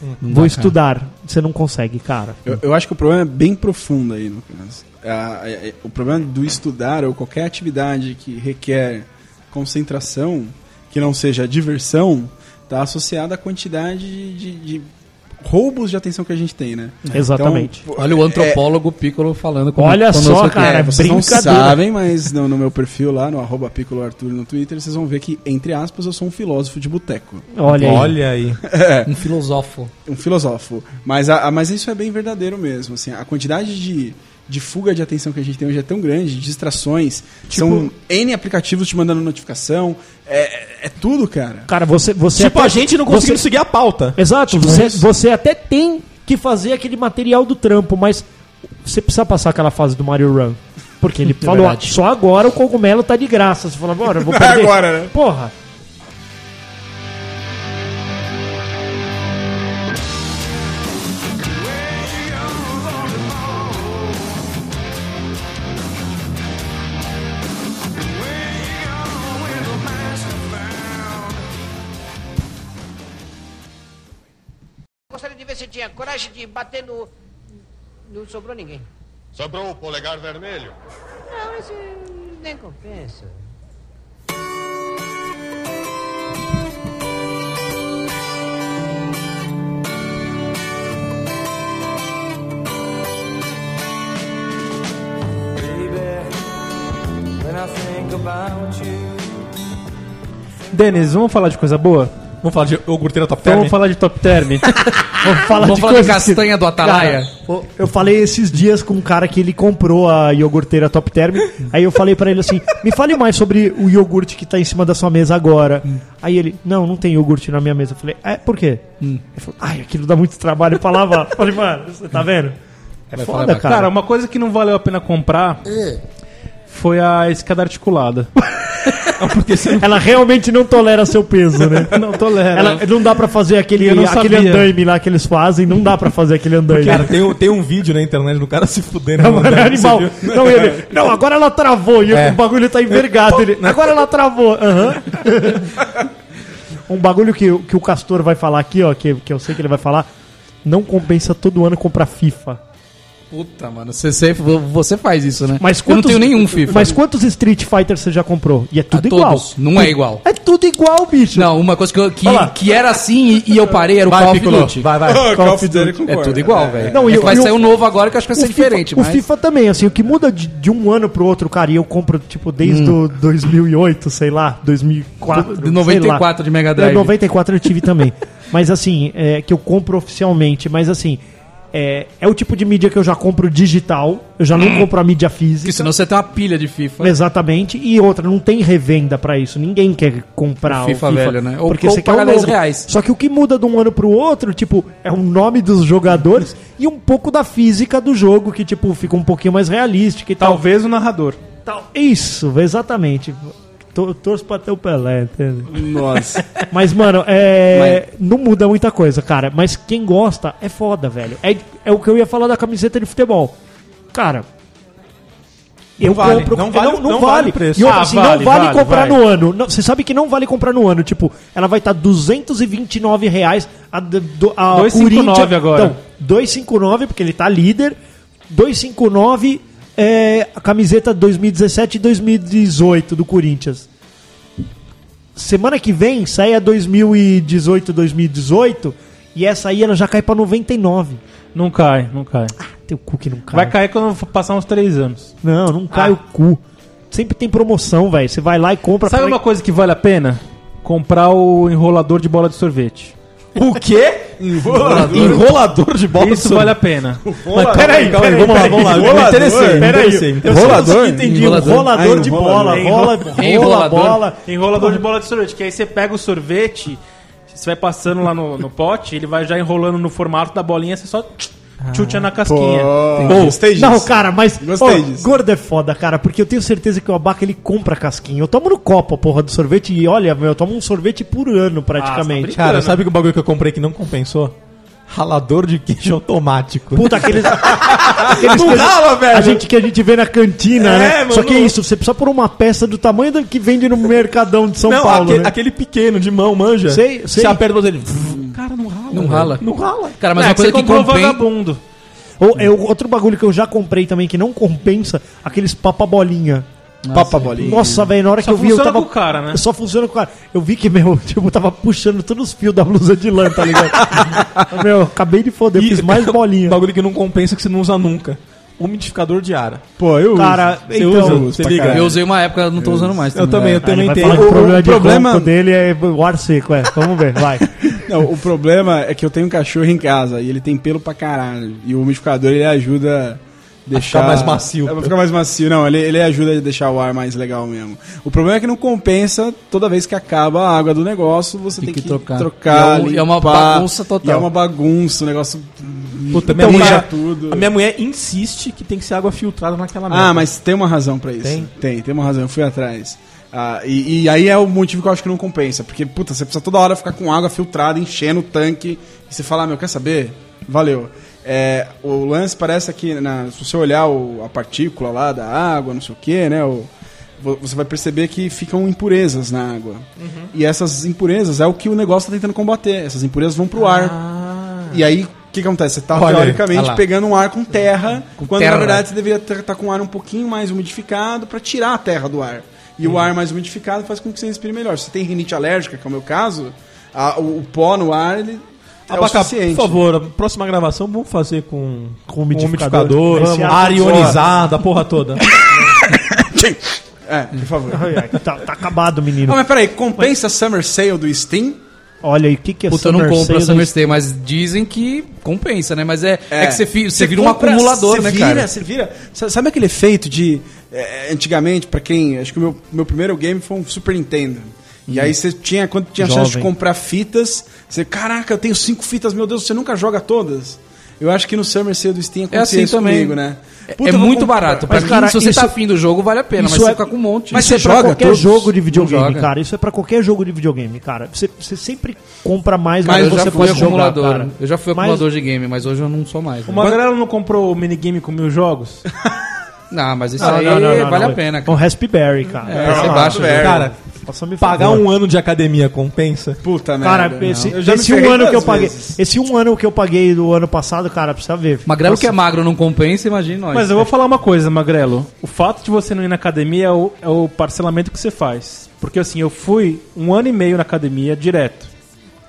S5: Não
S3: vou
S5: dá, cara.
S3: estudar. Você não consegue, cara.
S6: Eu, eu acho que o problema é bem profundo aí, no caso. A- a- a- o problema do estudar ou qualquer atividade que requer tá concentração, que não seja diversão, está associada à quantidade de, de- de roubos de atenção que a gente tem, né?
S3: É. Exatamente.
S6: Então, pô,
S2: É.
S5: Olha o antropólogo Piccolo falando com
S3: Olha
S5: conosco
S3: só,
S5: aqui.
S3: cara,
S6: É, vocês não
S3: brincadeira.
S6: sabem, mas no, no meu perfil lá, no arroba Piccolo Arthur no Twitter, vocês vão ver que, entre aspas, eu sou um filósofo de boteco.
S3: Olha aí.
S2: Olha aí.
S5: Um filosófo.
S6: um filósofo. Mas, a, a- mas isso é bem verdadeiro mesmo. Assim, a quantidade de, de fuga de atenção que a gente tem hoje é tão grande, de distrações. São N aplicativos te mandando notificação. É, é- é tudo, cara.
S3: Cara, você. você
S2: tipo,
S3: até-
S2: a gente não conseguiu
S3: você-
S2: seguir a pauta.
S3: Exato,
S4: Tipo
S3: você, você até tem que fazer aquele material do trampo, mas você precisa passar aquela fase do Mario Run. Porque
S4: [LAUGHS] É
S3: ele falou, "Ah,
S5: verdade.
S3: só agora o cogumelo tá de graça. Você fala, bora, eu vou
S6: É
S3: perder.
S6: agora, né?
S3: Porra.
S7: Gostaria de ver se tinha coragem de bater no. Não sobrou ninguém.
S8: Sobrou o polegar vermelho.
S7: Não, isso nem compensa.
S4: Denis, vamos falar de coisa boa?
S2: Vamos falar de iogurteira top
S4: Então
S2: term?
S4: vamos falar de top term.
S3: [LAUGHS] Vamos falar
S5: Vamos
S3: de
S5: falar de
S3: coisas que-
S5: castanha do Atalaia?
S3: Cara, pô, eu falei esses dias com um cara que ele comprou a iogurteira Top Term. aí eu falei pra ele assim: "Me fale mais sobre o iogurte que tá em cima da sua mesa agora".
S4: Hum.
S3: Aí ele: "Não, não tem iogurte na minha mesa". Eu falei: "É, por quê?".
S4: Hum.
S3: Ele falou: "Ai, aquilo dá muito trabalho pra lavar". Eu falei: "Mano, você tá vendo?". É foda,
S5: falar,
S3: cara.
S4: [LAUGHS] Cara, uma coisa que não valeu a pena comprar foi a escada articulada.
S3: Ela realmente não tolera seu peso, né?
S4: [LAUGHS] [LAUGHS] Não tolera.
S3: Ela, não dá pra fazer aquele,
S4: Eu não
S3: aquele
S4: sabia.
S3: andaime lá que eles fazem, não dá pra fazer aquele andaime.
S2: Cara, tem, um- tem um vídeo na internet do cara se fudendo.
S3: Não, [LAUGHS]
S2: no
S3: mano, é
S2: andar,
S3: animal.
S2: você viu?
S3: Não, ele, não, agora ela travou e
S2: É.
S3: o bagulho tá envergado. [LAUGHS] Ele, agora ela travou. Aham. um bagulho que, o- que o Castor vai falar aqui, ó, que, que eu sei que ele vai falar. Não compensa todo ano comprar FIFA.
S5: Puta, mano, você, você- você faz isso, né?
S3: Mas
S5: Eu não
S3: quantos-
S5: tenho nenhum FIFA.
S3: Mas quantos Street Fighter você já comprou? E é tudo
S5: A
S3: igual.
S5: todos. Não é igual.
S3: É tudo igual, bicho.
S5: Não, uma coisa que, eu- que,
S3: Olha lá.
S5: que era assim e, e eu parei era o Call
S2: Vai,
S5: of
S2: Piccolo.
S5: Duty.
S2: Vai, vai.
S6: Call,
S3: Call
S6: of
S3: of
S6: Duty,
S3: Duty.
S5: É
S6: concordo.
S5: tudo igual, velho.
S3: Não, e
S5: É que
S3: o-
S5: vai
S3: e o-
S5: sair um novo agora que eu acho que vai ser
S3: o FIFA-
S5: diferente,
S3: o
S5: mas...
S3: FIFA também, assim, o que muda de, de um ano pro outro, cara, e eu compro, tipo, desde o 2008, sei lá, 2004,
S5: Hum. De
S3: sei lá.
S5: 94 de Mega Drive.
S3: É, 94 eu tive também. [LAUGHS] Mas assim, é, que eu compro oficialmente, mas assim, é, é o tipo de mídia que eu já compro digital, eu já
S5: Hum.
S3: não compro a mídia física.
S5: Porque senão você tem uma pilha de FIFA.
S3: Exatamente. E outra, não tem revenda pra isso. Ninguém quer comprar
S5: O
S3: o
S5: FIFA
S3: FIFA,
S5: velho, né? Ou-
S3: Porque
S5: ou
S3: você quer o
S5: paga 10
S3: novo.
S5: reais.
S3: Só que o que muda de um ano pro outro, tipo, é o nome dos jogadores e um pouco da física do jogo, que, tipo, fica um pouquinho mais realística e tal.
S4: Talvez o narrador.
S3: tal. Isso, exatamente. Tor- Torço pra ter o Pelé, entende?
S6: [LAUGHS] Nossa.
S3: Mas, mano, é. Não muda muita coisa, cara. Mas quem gosta é foda, velho. É, é o que eu ia falar da camiseta de futebol. Cara. Eu
S2: vale,
S3: compro.
S2: não vale-
S3: não,
S2: não vale
S3: vale.
S2: o preço.
S3: E outra,
S4: Ah,
S3: assim, não
S4: vale,
S3: vale,
S4: vale,
S3: comprar
S4: vai.
S3: no ano. Não, Você sabe que não vale comprar no ano. Tipo, ela vai estar tá R$ 229 reais. A, do- do- a
S4: 259
S3: Corinthians-
S4: agora.
S3: Então, 259, porque ele tá líder. 259 é a camiseta 2017 e 2018 do Corinthians. Semana que vem sai a 2018, 2018 e essa aí ela já cai pra 99.
S4: Não cai, não cai.
S3: Teu cu que não cai.
S4: Vai cair quando for passar uns três anos.
S3: Não, não cai
S4: Ah.
S3: o cu. Sempre tem promoção, velho. Você vai lá e compra.
S4: Sabe
S3: pra-
S4: uma coisa que vale a pena? Comprar o enrolador de bola de sorvete.
S2: O quê? Enrolador, de bola
S4: Isso vale a pena.
S2: Mas peraí, peraí, vamos lá, vamos lá. Me
S6: Enrolador?
S2: interessei, me
S3: Peraí,
S2: interessei. me
S3: eu
S2: interessei.
S3: só consegui entendi.
S5: Enrolador?
S3: Enrolador
S6: Ah,
S3: de bola,
S6: enrolador.
S3: bola, rola,
S5: Enrolador.
S3: bola.
S4: Enrolador de bola de sorvete, que aí você pega o sorvete, você vai passando lá no, no pote, ele vai já enrolando no formato da bolinha, você só chuta na casquinha.
S6: Pô, gostei disso.
S3: Não, cara, mas
S6: Gostei
S3: ô,
S6: disso.
S3: gordo é foda, cara, porque eu tenho certeza que o abaca ele compra casquinha. Eu tomo no copo a porra do sorvete e olha, meu, eu tomo um sorvete por ano praticamente.
S2: Cara, Ah, sabe que o bagulho que eu comprei que não compensou? Ralador de queijo automático.
S3: Puta,
S2: [LAUGHS]
S3: aqueles. aqueles
S2: Não
S3: que a
S2: rala,
S3: gente-
S2: velho.
S3: A gente que a gente vê na cantina,
S2: É,
S3: né?
S2: mano,
S3: Só que é
S2: não-
S3: isso, você precisa pôr uma peça do tamanho do que vende no Mercadão de São
S2: não,
S3: Paulo.
S2: aque-
S3: né?
S2: aquele pequeno de mão, manja.
S3: Sei, sei.
S2: Você aperta o ele. Cara, não rala.
S5: Não
S2: velho.
S5: rala.
S2: Não rala.
S5: Cara, mas
S4: É,
S5: uma
S4: que você
S5: coisa que
S4: comprou
S5: compensa...
S4: vagabundo.
S3: Ou, é, o- outro bagulho que eu já comprei também que não compensa, aqueles papabolinha.
S6: Papa bolinha.
S3: Nossa, velho, na hora
S4: Só
S3: que eu vi, eu
S4: funciona
S3: tava.
S4: com o cara, né?
S3: Só funciona com o cara. Eu vi que, meu, [LAUGHS] tipo, eu tava puxando todos os fios da blusa de lã, tá ligado? meu, acabei de foder, fiz
S2: [LAUGHS]
S3: mais bolinha.
S2: Bagulho que não compensa que você não usa nunca. Umidificador de ar.
S6: Pô, eu
S3: Cara,
S2: Você
S3: então.
S2: usa?
S6: uso
S2: Você
S6: pra
S2: liga?
S6: caralho.
S5: Eu usei uma época, não tô usando mais.
S2: Eu também, eu
S5: é.
S2: também
S3: vai
S2: tenho.
S3: falar que o
S6: O- o
S3: problema, de
S6: problema-
S3: ronco dele é o ar seco, é. Vamos ver, vai.
S6: Não, o problema é que eu tenho um cachorro em casa e ele tem pelo pra caralho. E o umidificador ele ajuda a deixar
S2: mais macio.
S6: É, ficar mais macio, não, ele, ele ajuda a deixar o ar mais legal mesmo. O problema é que não compensa toda vez que acaba a água do negócio, você tem,
S5: que
S6: que
S5: trocar. E
S6: trocar.
S5: é um- e é uma
S6: limpar,
S5: bagunça total.
S6: E é uma bagunça, o negócio [LAUGHS]
S2: Puta, minha
S6: então,
S2: mulher,
S6: cara, tudo.
S2: A minha mulher insiste que tem que ser água filtrada naquela merda.
S6: Ah, mas tem uma razão pra isso.
S2: Tem?
S6: Tem, tem uma razão. Eu fui atrás. Ah, e, e aí é o motivo que eu acho que não compensa. Porque, puta, você precisa toda hora ficar com água filtrada, enchendo o tanque. E você fala, ah, meu, quer saber? Valeu. É, o lance parece que, na- se você olhar o- a partícula lá da água, não sei o que, né? o- vo- você vai perceber que ficam impurezas na água. E essas impurezas é o que o negócio tá tentando combater. Essas impurezas vão pro ar. E aí, o que, que acontece? Você tá,
S2: Olha aí.
S6: teoricamente,
S5: Olha lá.
S6: pegando um ar com terra, quando
S5: terra.
S6: na verdade você deveria estar com o ar um pouquinho mais umidificado para tirar a terra do ar. E
S2: Uhum.
S6: o ar mais umidificado faz com que você respire melhor. Se você tem rinite alérgica, que é o meu caso, a- o, o pó no ar ele é o
S2: Abacá,
S6: suficiente.
S2: por favor, a próxima gravação vamos fazer com, com
S3: umidificador.
S2: umidificador,
S3: Vamos.
S2: ar ionizado, a porra
S3: [LAUGHS]
S2: toda.
S6: [LAUGHS] É, por favor.
S2: Uhum.
S3: Ai, ai, tá, tá acabado, menino.
S6: Não, mas peraí, compensa a Summer Sale do Steam?
S3: Olha aí, o que, que é
S5: Puta, eu não
S3: Summer
S5: compro a
S3: Sales?
S5: Summer Stay, mas dizem que compensa, né? Mas é, é. que você, fi- você vira um
S6: compra,
S5: acumulador,
S6: você
S5: né,
S6: vira,
S5: cara?
S6: Você vira. sa- Sabe aquele efeito de. eh, antigamente, pra quem. Acho que o meu, meu primeiro game foi um Super Nintendo. E aí você tinha, quando tinha chance de
S3: Jovem.
S6: comprar fitas, você, caraca, eu tenho cinco fitas, meu Deus, você nunca joga todas. Eu acho que no Summer Sale do Steam
S5: É assim
S6: aconteceu isso
S5: também.
S6: comigo, né?
S5: É-
S6: Puta,
S5: é
S6: eu vou
S5: muito
S6: comprar.
S5: barato. Pra
S3: Mas,
S5: mim,
S3: cara,
S5: se você tá
S3: isso-
S5: afim do jogo, vale a pena, mas
S3: isso
S5: você
S3: é-
S5: fica com um monte.
S6: Mas
S3: Isso
S6: você
S3: é pra
S6: joga
S3: qualquer
S6: todos?
S3: jogo de videogame,
S5: joga.
S3: cara. Isso é pra qualquer jogo de videogame, cara. Você, você sempre compra mais do
S5: Cara,
S3: que
S5: eu
S3: você
S5: já fui
S3: pode jogar,
S5: acumulador.
S3: cara.
S5: Eu já fui
S3: Mas-
S5: acumulador de game, mas hoje eu não sou mais. né?
S4: Uma galera não comprou o minigame com mil jogos?
S5: Não, mas isso
S3: Não,
S5: aí
S3: não, não, não,
S5: vale
S3: não.
S5: a pena,
S3: Um
S5: cara.
S3: Raspberry, cara.
S5: É, você baixa,
S6: velho.
S2: Cara,
S3: Faça-me
S2: pagar
S3: favor.
S2: um ano de academia compensa?
S6: Puta merda.
S3: Cara,
S6: não.
S3: esse,
S6: Eu já me
S3: esse um
S6: ferrei
S3: ano que eu
S6: duas
S3: paguei.
S6: vezes.
S3: Esse um ano que eu paguei do ano passado, cara, precisa ver.
S5: Magrelo que é magro não compensa, imagina nós.
S4: Mas eu vou falar uma coisa, Magrelo. O fato de você não ir na academia é o, é o parcelamento que você faz. Porque assim, eu fui um ano e meio na academia direto.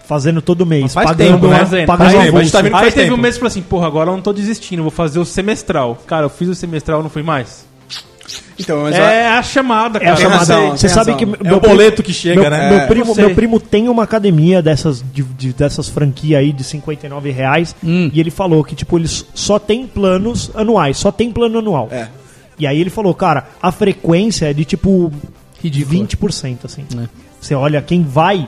S3: Fazendo todo mês.
S2: faz
S3: pagando,
S2: tempo, né?
S3: né?
S4: Fazendo.
S3: Pagando
S2: Faz
S3: o
S2: tempo, a gente
S3: avulso.
S2: tá vendo que
S4: Aí
S2: faz
S4: teve
S2: tempo.
S4: um mês que eu falei assim, porra, agora eu não tô desistindo, vou fazer o semestral. Cara, eu fiz o semestral, não fui mais.
S6: Então, mas
S4: é a chamada,
S3: É
S4: cara.
S3: a chamada.
S6: razão,
S3: Você
S6: tem
S3: sabe
S6: razão.
S3: que.
S6: É
S2: É o boleto que chega,
S3: meu,
S2: né?
S3: meu
S6: É.
S3: primo,
S4: Eu sei.
S3: meu primo tem uma academia dessas, de, de- dessas franquias aí de 59 reais. E ele falou que, tipo, eles só tem planos anuais, só tem plano anual.
S6: É.
S3: E aí ele falou, cara, a frequência é de tipo
S5: Ridículo.
S3: 20%, assim.
S5: É.
S3: Você olha, quem vai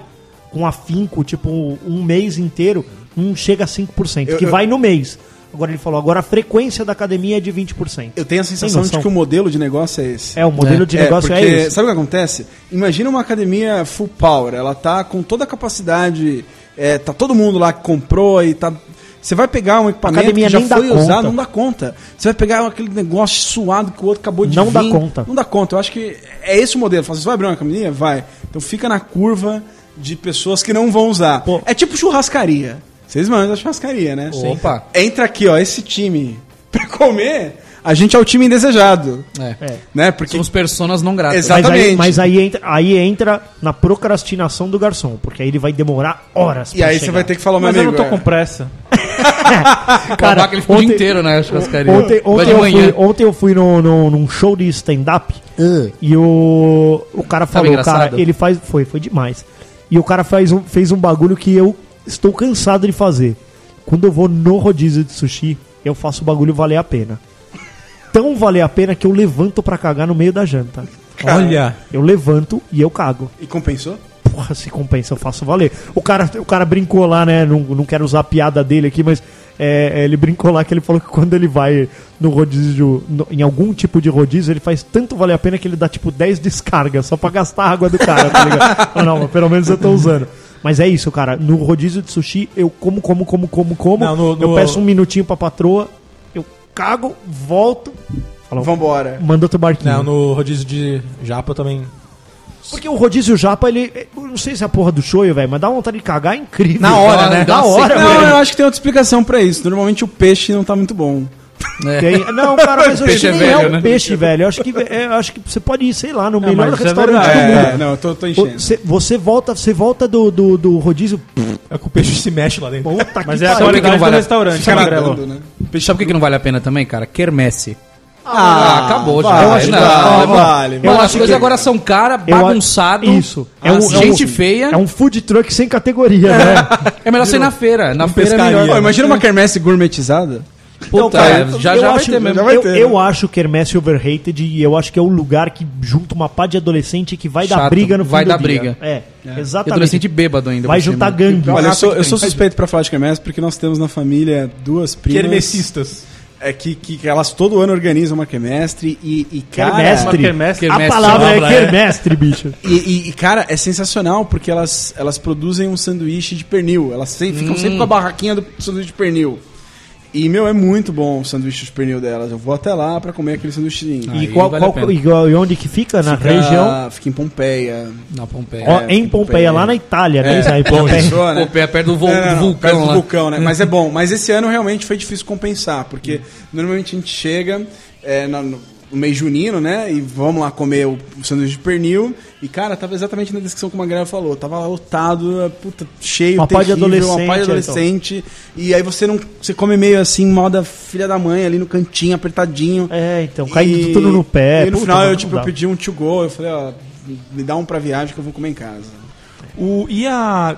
S3: com afinco, tipo, um mês inteiro, não chega a 5%,
S6: Eu-
S3: que
S6: eu-
S3: vai no mês. Agora ele falou, agora a frequência da academia é de 20%.
S6: eu tenho a sensação de
S3: noção?
S6: que o modelo de negócio é esse.
S3: É, o modelo de
S6: É,
S3: negócio é,
S6: porque,
S3: esse.
S6: Sabe o que acontece? Imagina uma academia full power, ela tá com toda a capacidade, é, tá todo mundo lá que comprou e tá. Você vai pegar um equipamento
S3: academia
S6: que já
S3: nem dá
S6: foi
S3: conta.
S6: usado, não dá conta. Você vai pegar aquele negócio suado que o outro acabou de
S3: Não
S6: vir,
S3: dá conta.
S6: Não dá conta. Eu acho que é esse o modelo. Fala, Você vai abrir uma academia? Vai. Então fica na curva de pessoas que não vão usar.
S3: Pô.
S6: É tipo churrascaria. Vocês mandam a churrascaria, né?
S5: Opa.
S6: Entra aqui, ó, esse time [LAUGHS] pra comer, a gente é o time indesejado.
S5: É.
S3: É.
S6: Né? Porque
S5: Somos personas não gratas.
S6: Exato.
S3: Mas, aí,
S6: Exatamente.
S3: mas aí, entra, aí entra na procrastinação do garçom, porque aí ele vai demorar horas
S6: E aí você vai ter que falar, meu
S4: Mas eu
S6: amigo.
S4: não tô
S6: é,
S4: com pressa.
S3: que
S5: Cara, ele ficou o dia inteiro, né? Churrascaria.
S3: Ontem,
S5: Vai
S3: ontem,
S5: de
S3: eu
S5: manhã.
S3: fui, ontem eu fui no, no- num show de stand-up e o, o cara falou,
S5: engraçado?
S3: cara, ele faz. Foi, foi demais. E o cara faz um, fez um bagulho que eu estou cansado de fazer. Quando eu vou no rodízio de sushi, eu faço o bagulho valer a pena. Tão valer a pena que eu levanto pra cagar no meio da janta.
S2: Olha,
S3: Eu levanto e eu cago.
S6: E compensou?
S3: porra, se compensa, eu faço valer. O cara, o cara brincou lá, né? Não, não quero usar a piada dele aqui, mas é, ele brincou lá que ele falou que quando ele vai no rodízio, no- em algum tipo de rodízio, ele faz tanto valer a pena que ele dá tipo 10 descargas só pra gastar a água do cara, tá
S2: [LAUGHS]
S3: ligado? Não, não, mas pelo menos eu tô usando. Mas é isso, cara. No rodízio de sushi, eu como, como, como, como, como.
S2: Não, no-
S3: Eu
S2: no-
S3: peço um minutinho pra patroa, eu cago, volto. Falo,
S6: Vambora.
S3: Manda outro barquinho.
S2: não, no rodízio de japa eu também.
S3: Porque o rodízio japa, ele. Eu não sei se é a porra do shoyu, velho, mas dá vontade de cagar é incrível.
S5: Na hora, né?
S3: Na
S5: Dá uma
S3: hora,
S5: sequência.
S6: é.
S3: velho.
S6: Não, eu acho que tem outra explicação pra isso. Normalmente o peixe não tá muito bom.
S3: Tem- Não, cara, mas eu acho
S5: Peixe
S3: que
S5: é
S3: nem é
S5: velho,
S3: um
S5: né?
S3: peixe velho. Eu acho que, é, eu acho que você pode ir, sei lá, no
S4: Não,
S3: melhor
S4: mas isso é
S3: restaurante do
S4: verdade.
S3: mundo.
S6: É, não, eu tô, tô enchendo.
S3: Você, você volta, você volta do, do, do rodízio.
S2: É que o peixe se mexe lá dentro.
S3: Puta
S4: Mas
S3: que
S4: é a
S5: Sabe por que que
S4: qualidade
S5: não vale
S4: do
S5: a-
S6: tá-
S4: restaurante,
S6: Fica
S4: Magrelo.
S6: nadando, né?
S5: Sabe por que, que não vale a pena também, cara? Quermesse.
S6: Ah,
S5: acabou já. né?
S6: vale,
S5: Não,
S6: vale,
S5: não,
S6: vale,
S5: Mano,
S3: vale.
S5: as coisas agora são cara,
S3: Eu acho-
S5: bagunçado.
S3: Isso.
S5: É
S3: um-
S5: gente
S3: um-
S5: feia.
S3: É um food truck sem categoria,
S5: [LAUGHS]
S3: né?
S5: É melhor ser na feira. Na feira é
S2: pescaria.
S5: melhor.
S6: Pô, imagina uma quermesse gourmetizada.
S5: Puta,
S3: Cara,
S5: é, já,
S3: eu
S5: já vai
S3: acho-
S5: ter mesmo.
S6: já vai
S3: eu,
S6: ter,
S3: eu acho Kermesse overrated e eu acho que é o lugar que junta uma pá de adolescente que vai dar
S5: Chato,
S3: briga no fim
S5: vai
S3: do
S5: dar
S3: dia.
S5: briga.
S3: É,
S5: E adolescente
S3: exatamente.
S5: bêbado ainda.
S3: Vai
S5: por cima.
S3: juntar gangue.
S6: Olha, eu
S3: Ah,
S6: sou,
S3: tem
S6: eu sou
S3: que tem.
S6: suspeito pra falar de quermesse porque nós temos na família duas primas.
S2: Quermessistas.
S6: É que, que, que elas todo ano organizam uma quermestre e, e cara.
S5: né?
S3: Quermestre.
S4: quermestre.
S3: A
S5: Quermestre.
S3: palavra é
S2: palavra é-
S3: quermestre, bicho.
S6: E, e- e, cara, é sensacional porque elas, elas produzem um sanduíche de pernil. Elas se- ficam sempre com a barraquinha do sanduíche de pernil. E, meu, é muito bom o sanduíche de pernil delas. Eu vou até lá pra comer aquele sanduíchezinho.
S5: Aí
S3: E, qual,
S5: vale a
S3: qual-
S5: pena.
S3: e qual- Ah, e onde que fica? Na região?
S6: Ah, Fica em Pompeia.
S5: Na Pompeia. É,
S3: Ó,
S6: é,
S3: em Pompeia, lá na Itália, né? Isso aí, Pompeia.
S6: Pessoa, né?
S5: Pompeia perto do vul-
S6: É, não, não,
S5: vulcão
S6: perto do
S5: lá. Hum.
S6: vulcão, né? Mas é bom. Mas esse ano realmente foi difícil compensar, porque
S5: Hum.
S6: normalmente a gente chega é, na- no, mês junino, né? E vamos lá comer o, o sanduíche de pernil. E, cara, tava exatamente na descrição como a Greve falou. Tava lotado, é, puta, cheio,
S3: Uma pá de
S6: uma pá de
S3: adolescente, é, então.
S6: adolescente. E aí você não. Você come meio assim, moda filha da mãe, ali no cantinho, apertadinho.
S3: É, então,
S6: E-
S3: caindo tudo no pé.
S6: E no
S3: Puta,
S6: final
S3: mano,
S6: eu,
S3: não
S6: tipo, eu
S3: dá.
S6: pedi um to go, eu falei, ó, me dá um pra viagem que eu vou comer em casa.
S2: O, e a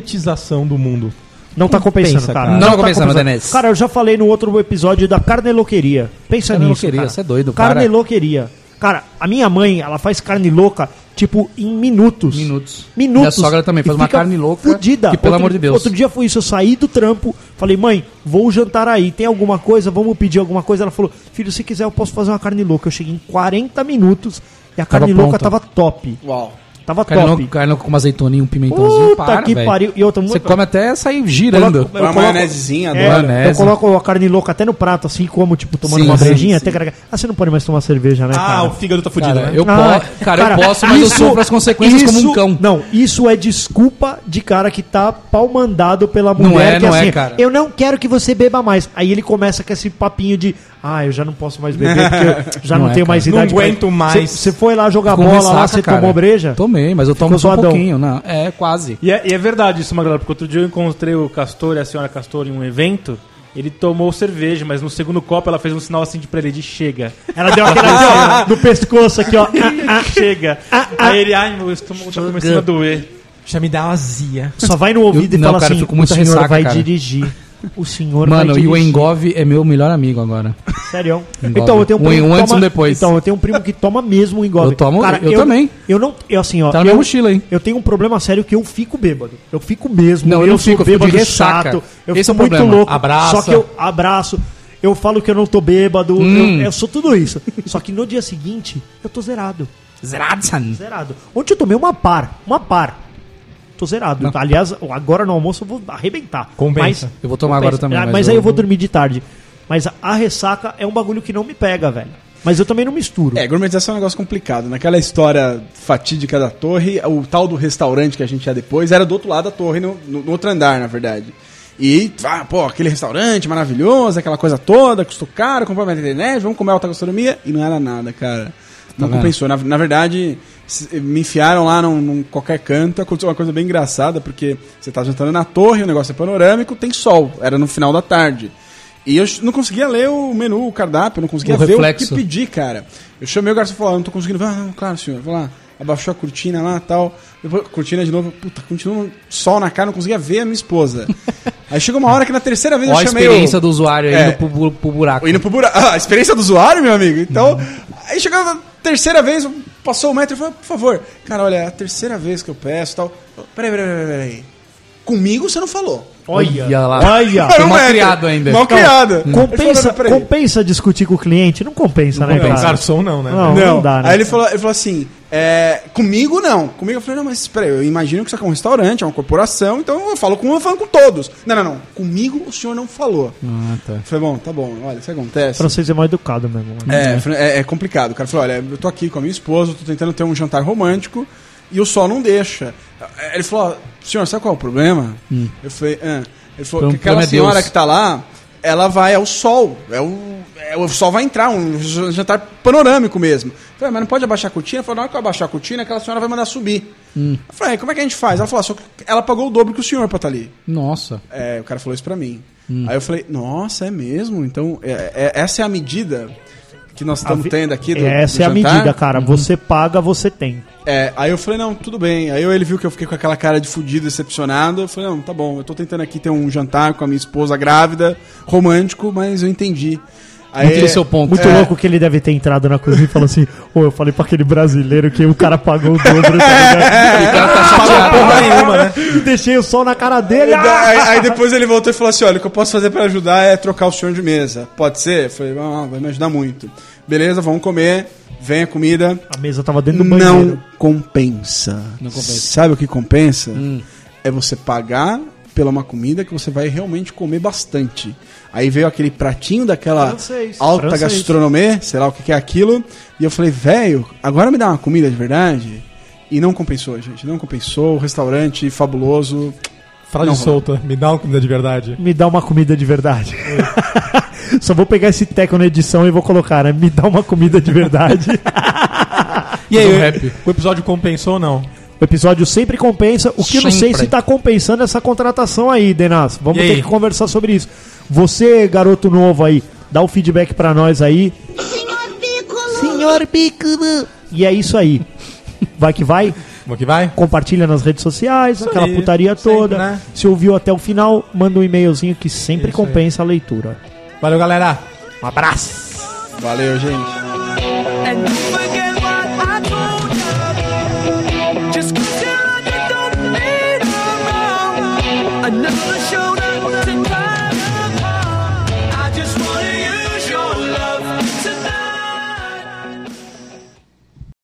S2: gourmetização do mundo?
S3: Não tá compensando,
S2: Pensa,
S3: cara.
S2: cara.
S5: Não tá compensando, Denise.
S3: Cara, eu já falei no outro episódio da carneloqueria. Pensa nisso,
S5: Carneloqueria,
S3: cara.
S5: você é doido, para.
S3: Carneloqueria. Cara, a minha mãe, ela faz carne louca, tipo, em minutos.
S5: Minutos.
S3: Minutos.
S5: Minha sogra também
S3: E
S5: faz uma
S3: fica
S5: carne louca,
S3: Fudida.
S5: que, pelo
S3: Outro-
S5: amor de Deus.
S3: Outro dia foi isso, eu saí do trampo, falei, mãe, vou jantar aí, tem alguma coisa? Vamos pedir alguma coisa? Ela falou, filho, se quiser eu posso fazer uma carne louca. Eu cheguei em 40 minutos e a carne louca
S5: pronta.
S3: tava top.
S6: Uau.
S3: Tava
S5: Carne
S3: top.
S5: louca- carne louca com uma azeitoninha, um pimentãozinho.
S3: Puta
S5: para,
S3: que
S5: velho.
S3: pariu. E outra,
S5: Você
S3: muito-
S5: come até sair girando.
S3: Eu
S6: Uma
S3: coloco-
S6: maionesezinha,
S3: É,
S6: adoro.
S5: Maionese.
S3: eu coloco a carne louca até no prato, assim, como, tipo, tomando
S6: Sim,
S3: uma
S6: sim,
S3: brejinha,
S6: sim.
S3: até caraca. Ah, você não pode mais tomar cerveja, né, cara?
S2: Ah, o fígado tá fudido,
S5: Cara,
S2: né?
S5: eu,
S3: Ah,
S5: po- cara, eu posso, mas eu sofro as consequências como um
S3: isso-
S5: cão.
S3: Não, isso é desculpa de cara que tá palmandado pela
S5: Não
S3: mulher.
S5: é,
S3: que assim,
S5: não é, cara.
S3: Eu não quero que você beba mais. Aí ele começa com esse papinho de, ah, eu já não posso mais beber porque eu já não,
S5: Não é,
S3: tenho mais
S2: cara.
S3: idade.
S2: Não aguento
S3: pra-
S2: mais.
S3: Você você foi lá jogar
S5: Com
S3: bola, lá
S5: ressaca,
S3: você
S5: cara.
S3: tomou breja?
S5: Tomei, mas eu tomo
S3: Ficou
S5: só um
S3: zoadão.
S5: pouquinho. Não, é, quase.
S4: E é, e é verdade isso, Magrelo, porque outro dia eu encontrei o Castor e a senhora Castor em um evento. Ele tomou cerveja, mas no segundo copo ela fez um sinal assim de pra ele de chega.
S3: Ela deu
S2: [LAUGHS]
S3: aquela assim, ó, no pescoço aqui, ó. Ah,
S4: chega.
S6: Ah,
S4: Aí ele, ai, meu estômago tá começando a doer.
S2: Já me dá uma azia.
S3: Só vai no ouvido
S5: Eu-
S3: e
S5: não,
S3: fala
S5: cara, eu
S3: assim,
S5: fico muito
S3: o senhor
S5: ressaca,
S3: vai
S5: cara."
S3: dirigir. O senhor
S5: Mano,
S3: vai
S5: e
S3: dirigir.
S5: o Engove é meu melhor amigo agora.
S3: Sério?
S5: Engove.
S3: Então, eu tenho
S5: Um
S3: que
S5: antes,
S3: toma-
S5: um depois.
S3: Então, eu tenho um primo que toma mesmo o engove.
S5: Eu tomo- eu também.
S3: Eu não, eu assim, ó.
S5: Tá na
S3: eu,
S5: minha mochila, hein?
S3: Eu tenho um problema sério que eu fico bêbado. Eu fico mesmo.
S5: Não, eu não
S3: sou
S5: fico, eu fico de
S3: bêbado é
S5: ressaca.
S3: chato. Eu
S5: Esse é
S3: fico
S5: o
S3: muito
S5: problema.
S3: louco.
S5: Abraça.
S3: Só que eu abraço, eu falo que eu não tô bêbado,
S5: Hum.
S3: eu, eu sou tudo isso. Só que no dia seguinte, eu tô zerado.
S5: Zeradsan.
S3: Zerado. Ontem eu tomei uma par, uma par. Tô zerado. Aliás, agora no almoço eu vou arrebentar.
S2: Compensa.
S5: Eu vou tomar agora também,
S3: Ah,
S5: mas
S3: Mas,
S5: eu
S3: aí eu vou
S5: vou-
S3: dormir de tarde. Mas a, a ressaca é um bagulho que não me pega, velho. Mas eu também não misturo.
S6: É, gourmetização é um negócio complicado. Naquela história fatídica da torre, o tal do restaurante que a gente ia depois era do outro lado da torre, no, no- no outro andar, na verdade. E, ah, pô, aquele restaurante maravilhoso, aquela coisa toda, custou caro, comprou na internet, vamos comer alta gastronomia. E não era nada, cara.
S5: Tá
S6: Não compensou. Na, na verdade, se- me enfiaram lá num, num qualquer canto. Aconteceu uma coisa bem engraçada, porque você tá jantando na torre, o negócio é panorâmico, tem sol. Era no final da tarde. E eu não conseguia ler o menu, o cardápio, eu não conseguia
S5: O
S6: ver o que
S5: reflexo.
S6: pedir pedi, cara. Eu chamei o garçom e falei, ah, não tô conseguindo ver. Ah, não, claro, senhor, vai lá. Abaixou a cortina lá e tal. Depois, cortina de novo. Puta, continua um sol na cara, não conseguia ver a
S5: [LAUGHS]
S6: minha esposa. aí chegou uma hora que na terceira vez
S5: Ó a
S6: eu chamei o-
S5: experiência do usuário aí
S6: É.
S5: indo pro, bu- pro buraco.
S6: o Indo pro buraco. Ah, a experiência do usuário, meu amigo. Então,
S5: Uhum.
S6: aí chegou na terceira vez, passou o metro e falou, por favor. Cara, olha, é a terceira vez que eu peço e tal. Peraí, peraí, peraí, peraí. Comigo você não falou.
S3: Olha,
S5: Olha lá.
S3: [LAUGHS] olha.
S5: Tá, Foi
S6: Era um
S5: mal
S6: metro.
S5: criado ainda. Então,
S6: Mal criado. Ele
S3: compensa,
S6: falou, "Peraí."
S3: compensa discutir com o cliente? Não compensa, né,
S2: Não,
S3: cara?
S2: garçom não, né?
S3: Não, não,
S6: Não.
S3: dá, né?
S6: Aí ele falou, ele falou assim: é, comigo não. Comigo eu falei, não, mas espera aí, eu imagino que isso aqui é um restaurante, é uma corporação, então eu falo com eu falo com todos. Não, não, não. Comigo o senhor não falou.
S5: Ah, tá.
S6: Eu falei, bom, tá bom, olha, isso acontece.
S3: Francês é mal educado mesmo.
S5: Uhum.
S3: mano.
S6: É, fran- é, é complicado. O cara falou: olha, eu tô aqui com a minha esposa, eu tô tentando ter um jantar romântico e o sol não deixa. Aí Ele falou: ó, senhor, sabe qual é o problema? é Eu falei: ah. Ele falou:
S5: Pro-
S6: que aquela
S5: Hum. problema é Deus.
S6: senhora que tá lá, ela vai ao sol. É o, é, o sol vai entrar, um jantar panorâmico mesmo. Eu falei, "Ah, mas não pode abaixar a cortina? Eu falei, na hora que eu abaixar a cortina, aquela senhora vai mandar subir.
S5: Hum.
S6: Eu falei, como é que a gente faz? Ela falou, só que ela pagou o dobro que o senhor pra estar ali.
S5: Nossa.
S6: É, o cara falou isso pra mim. Aí eu falei, nossa, é mesmo? Então, é- é- essa é a medida que nós estamos
S3: vi-
S6: tendo aqui do,
S3: Essa
S6: do
S3: é a
S6: jantar?"
S3: medida, cara.
S5: Uhum.
S3: Você paga, você tem.
S6: É, aí eu falei, não, tudo bem. Aí ele viu que eu fiquei com aquela cara de fudido, decepcionado. Eu falei, não, tá bom, eu tô tentando aqui ter um jantar com a minha esposa grávida, romântico, mas eu entendi. Aí,
S5: Entendi seu ponto.
S3: Muito
S5: É.
S3: louco que ele deve ter entrado na cozinha e falou assim: Ô, eu falei pra aquele brasileiro que o cara pagou o dobro, tá ligado?
S2: Porra nenhuma, né?
S3: E deixei o sol na cara dele.
S6: Aí, aí- aí depois ele voltou e falou assim: olha, o que eu posso fazer pra ajudar é trocar o senhor de mesa. Pode ser? Eu falei, ah, vai me ajudar muito. Beleza, vamos comer, vem a comida.
S3: A mesa tava dentro do É banheiro.
S6: Não compensa. Sabe o que compensa?
S3: Hum.
S6: É você pagar pela uma comida que você vai realmente comer bastante. Aí veio aquele pratinho daquela
S3: Francês.
S6: alta
S3: Francês.
S6: gastronomia, sei lá o que que é aquilo. E eu falei, velho, agora me dá uma comida de verdade. E não compensou, gente. Não compensou. O restaurante fabuloso.
S2: Frase
S6: Não,
S2: solta, me dá uma comida de verdade.
S3: Me dá uma comida de verdade. [LAUGHS] Só vou pegar esse teco na edição e vou colocar, né? Me dá uma comida de verdade. [LAUGHS]
S2: E aí,
S5: Do
S2: o-
S5: rap.
S2: o episódio compensou ou não?
S3: o episódio sempre compensa. O que eu não sei
S5: Sempre.
S3: se tá compensando essa contratação aí, Denas. Vamos
S2: E
S3: ter
S2: aí?
S3: que conversar sobre isso. Você, garoto novo aí, dá o feedback pra nós aí. Senhor Piccolo! E é isso aí. Vai que vai.
S2: Vamos que vai?
S3: compartilha nas redes sociais, aquela
S2: aí,
S3: putaria
S2: sempre,
S3: toda.
S2: né?
S3: Se ouviu até o final, manda um e-mailzinho que sempre
S2: Isso aí.
S3: compensa a leitura.
S2: Valeu, galera.
S3: Um abraço!
S6: Valeu, gente.
S10: And you forget what I told you.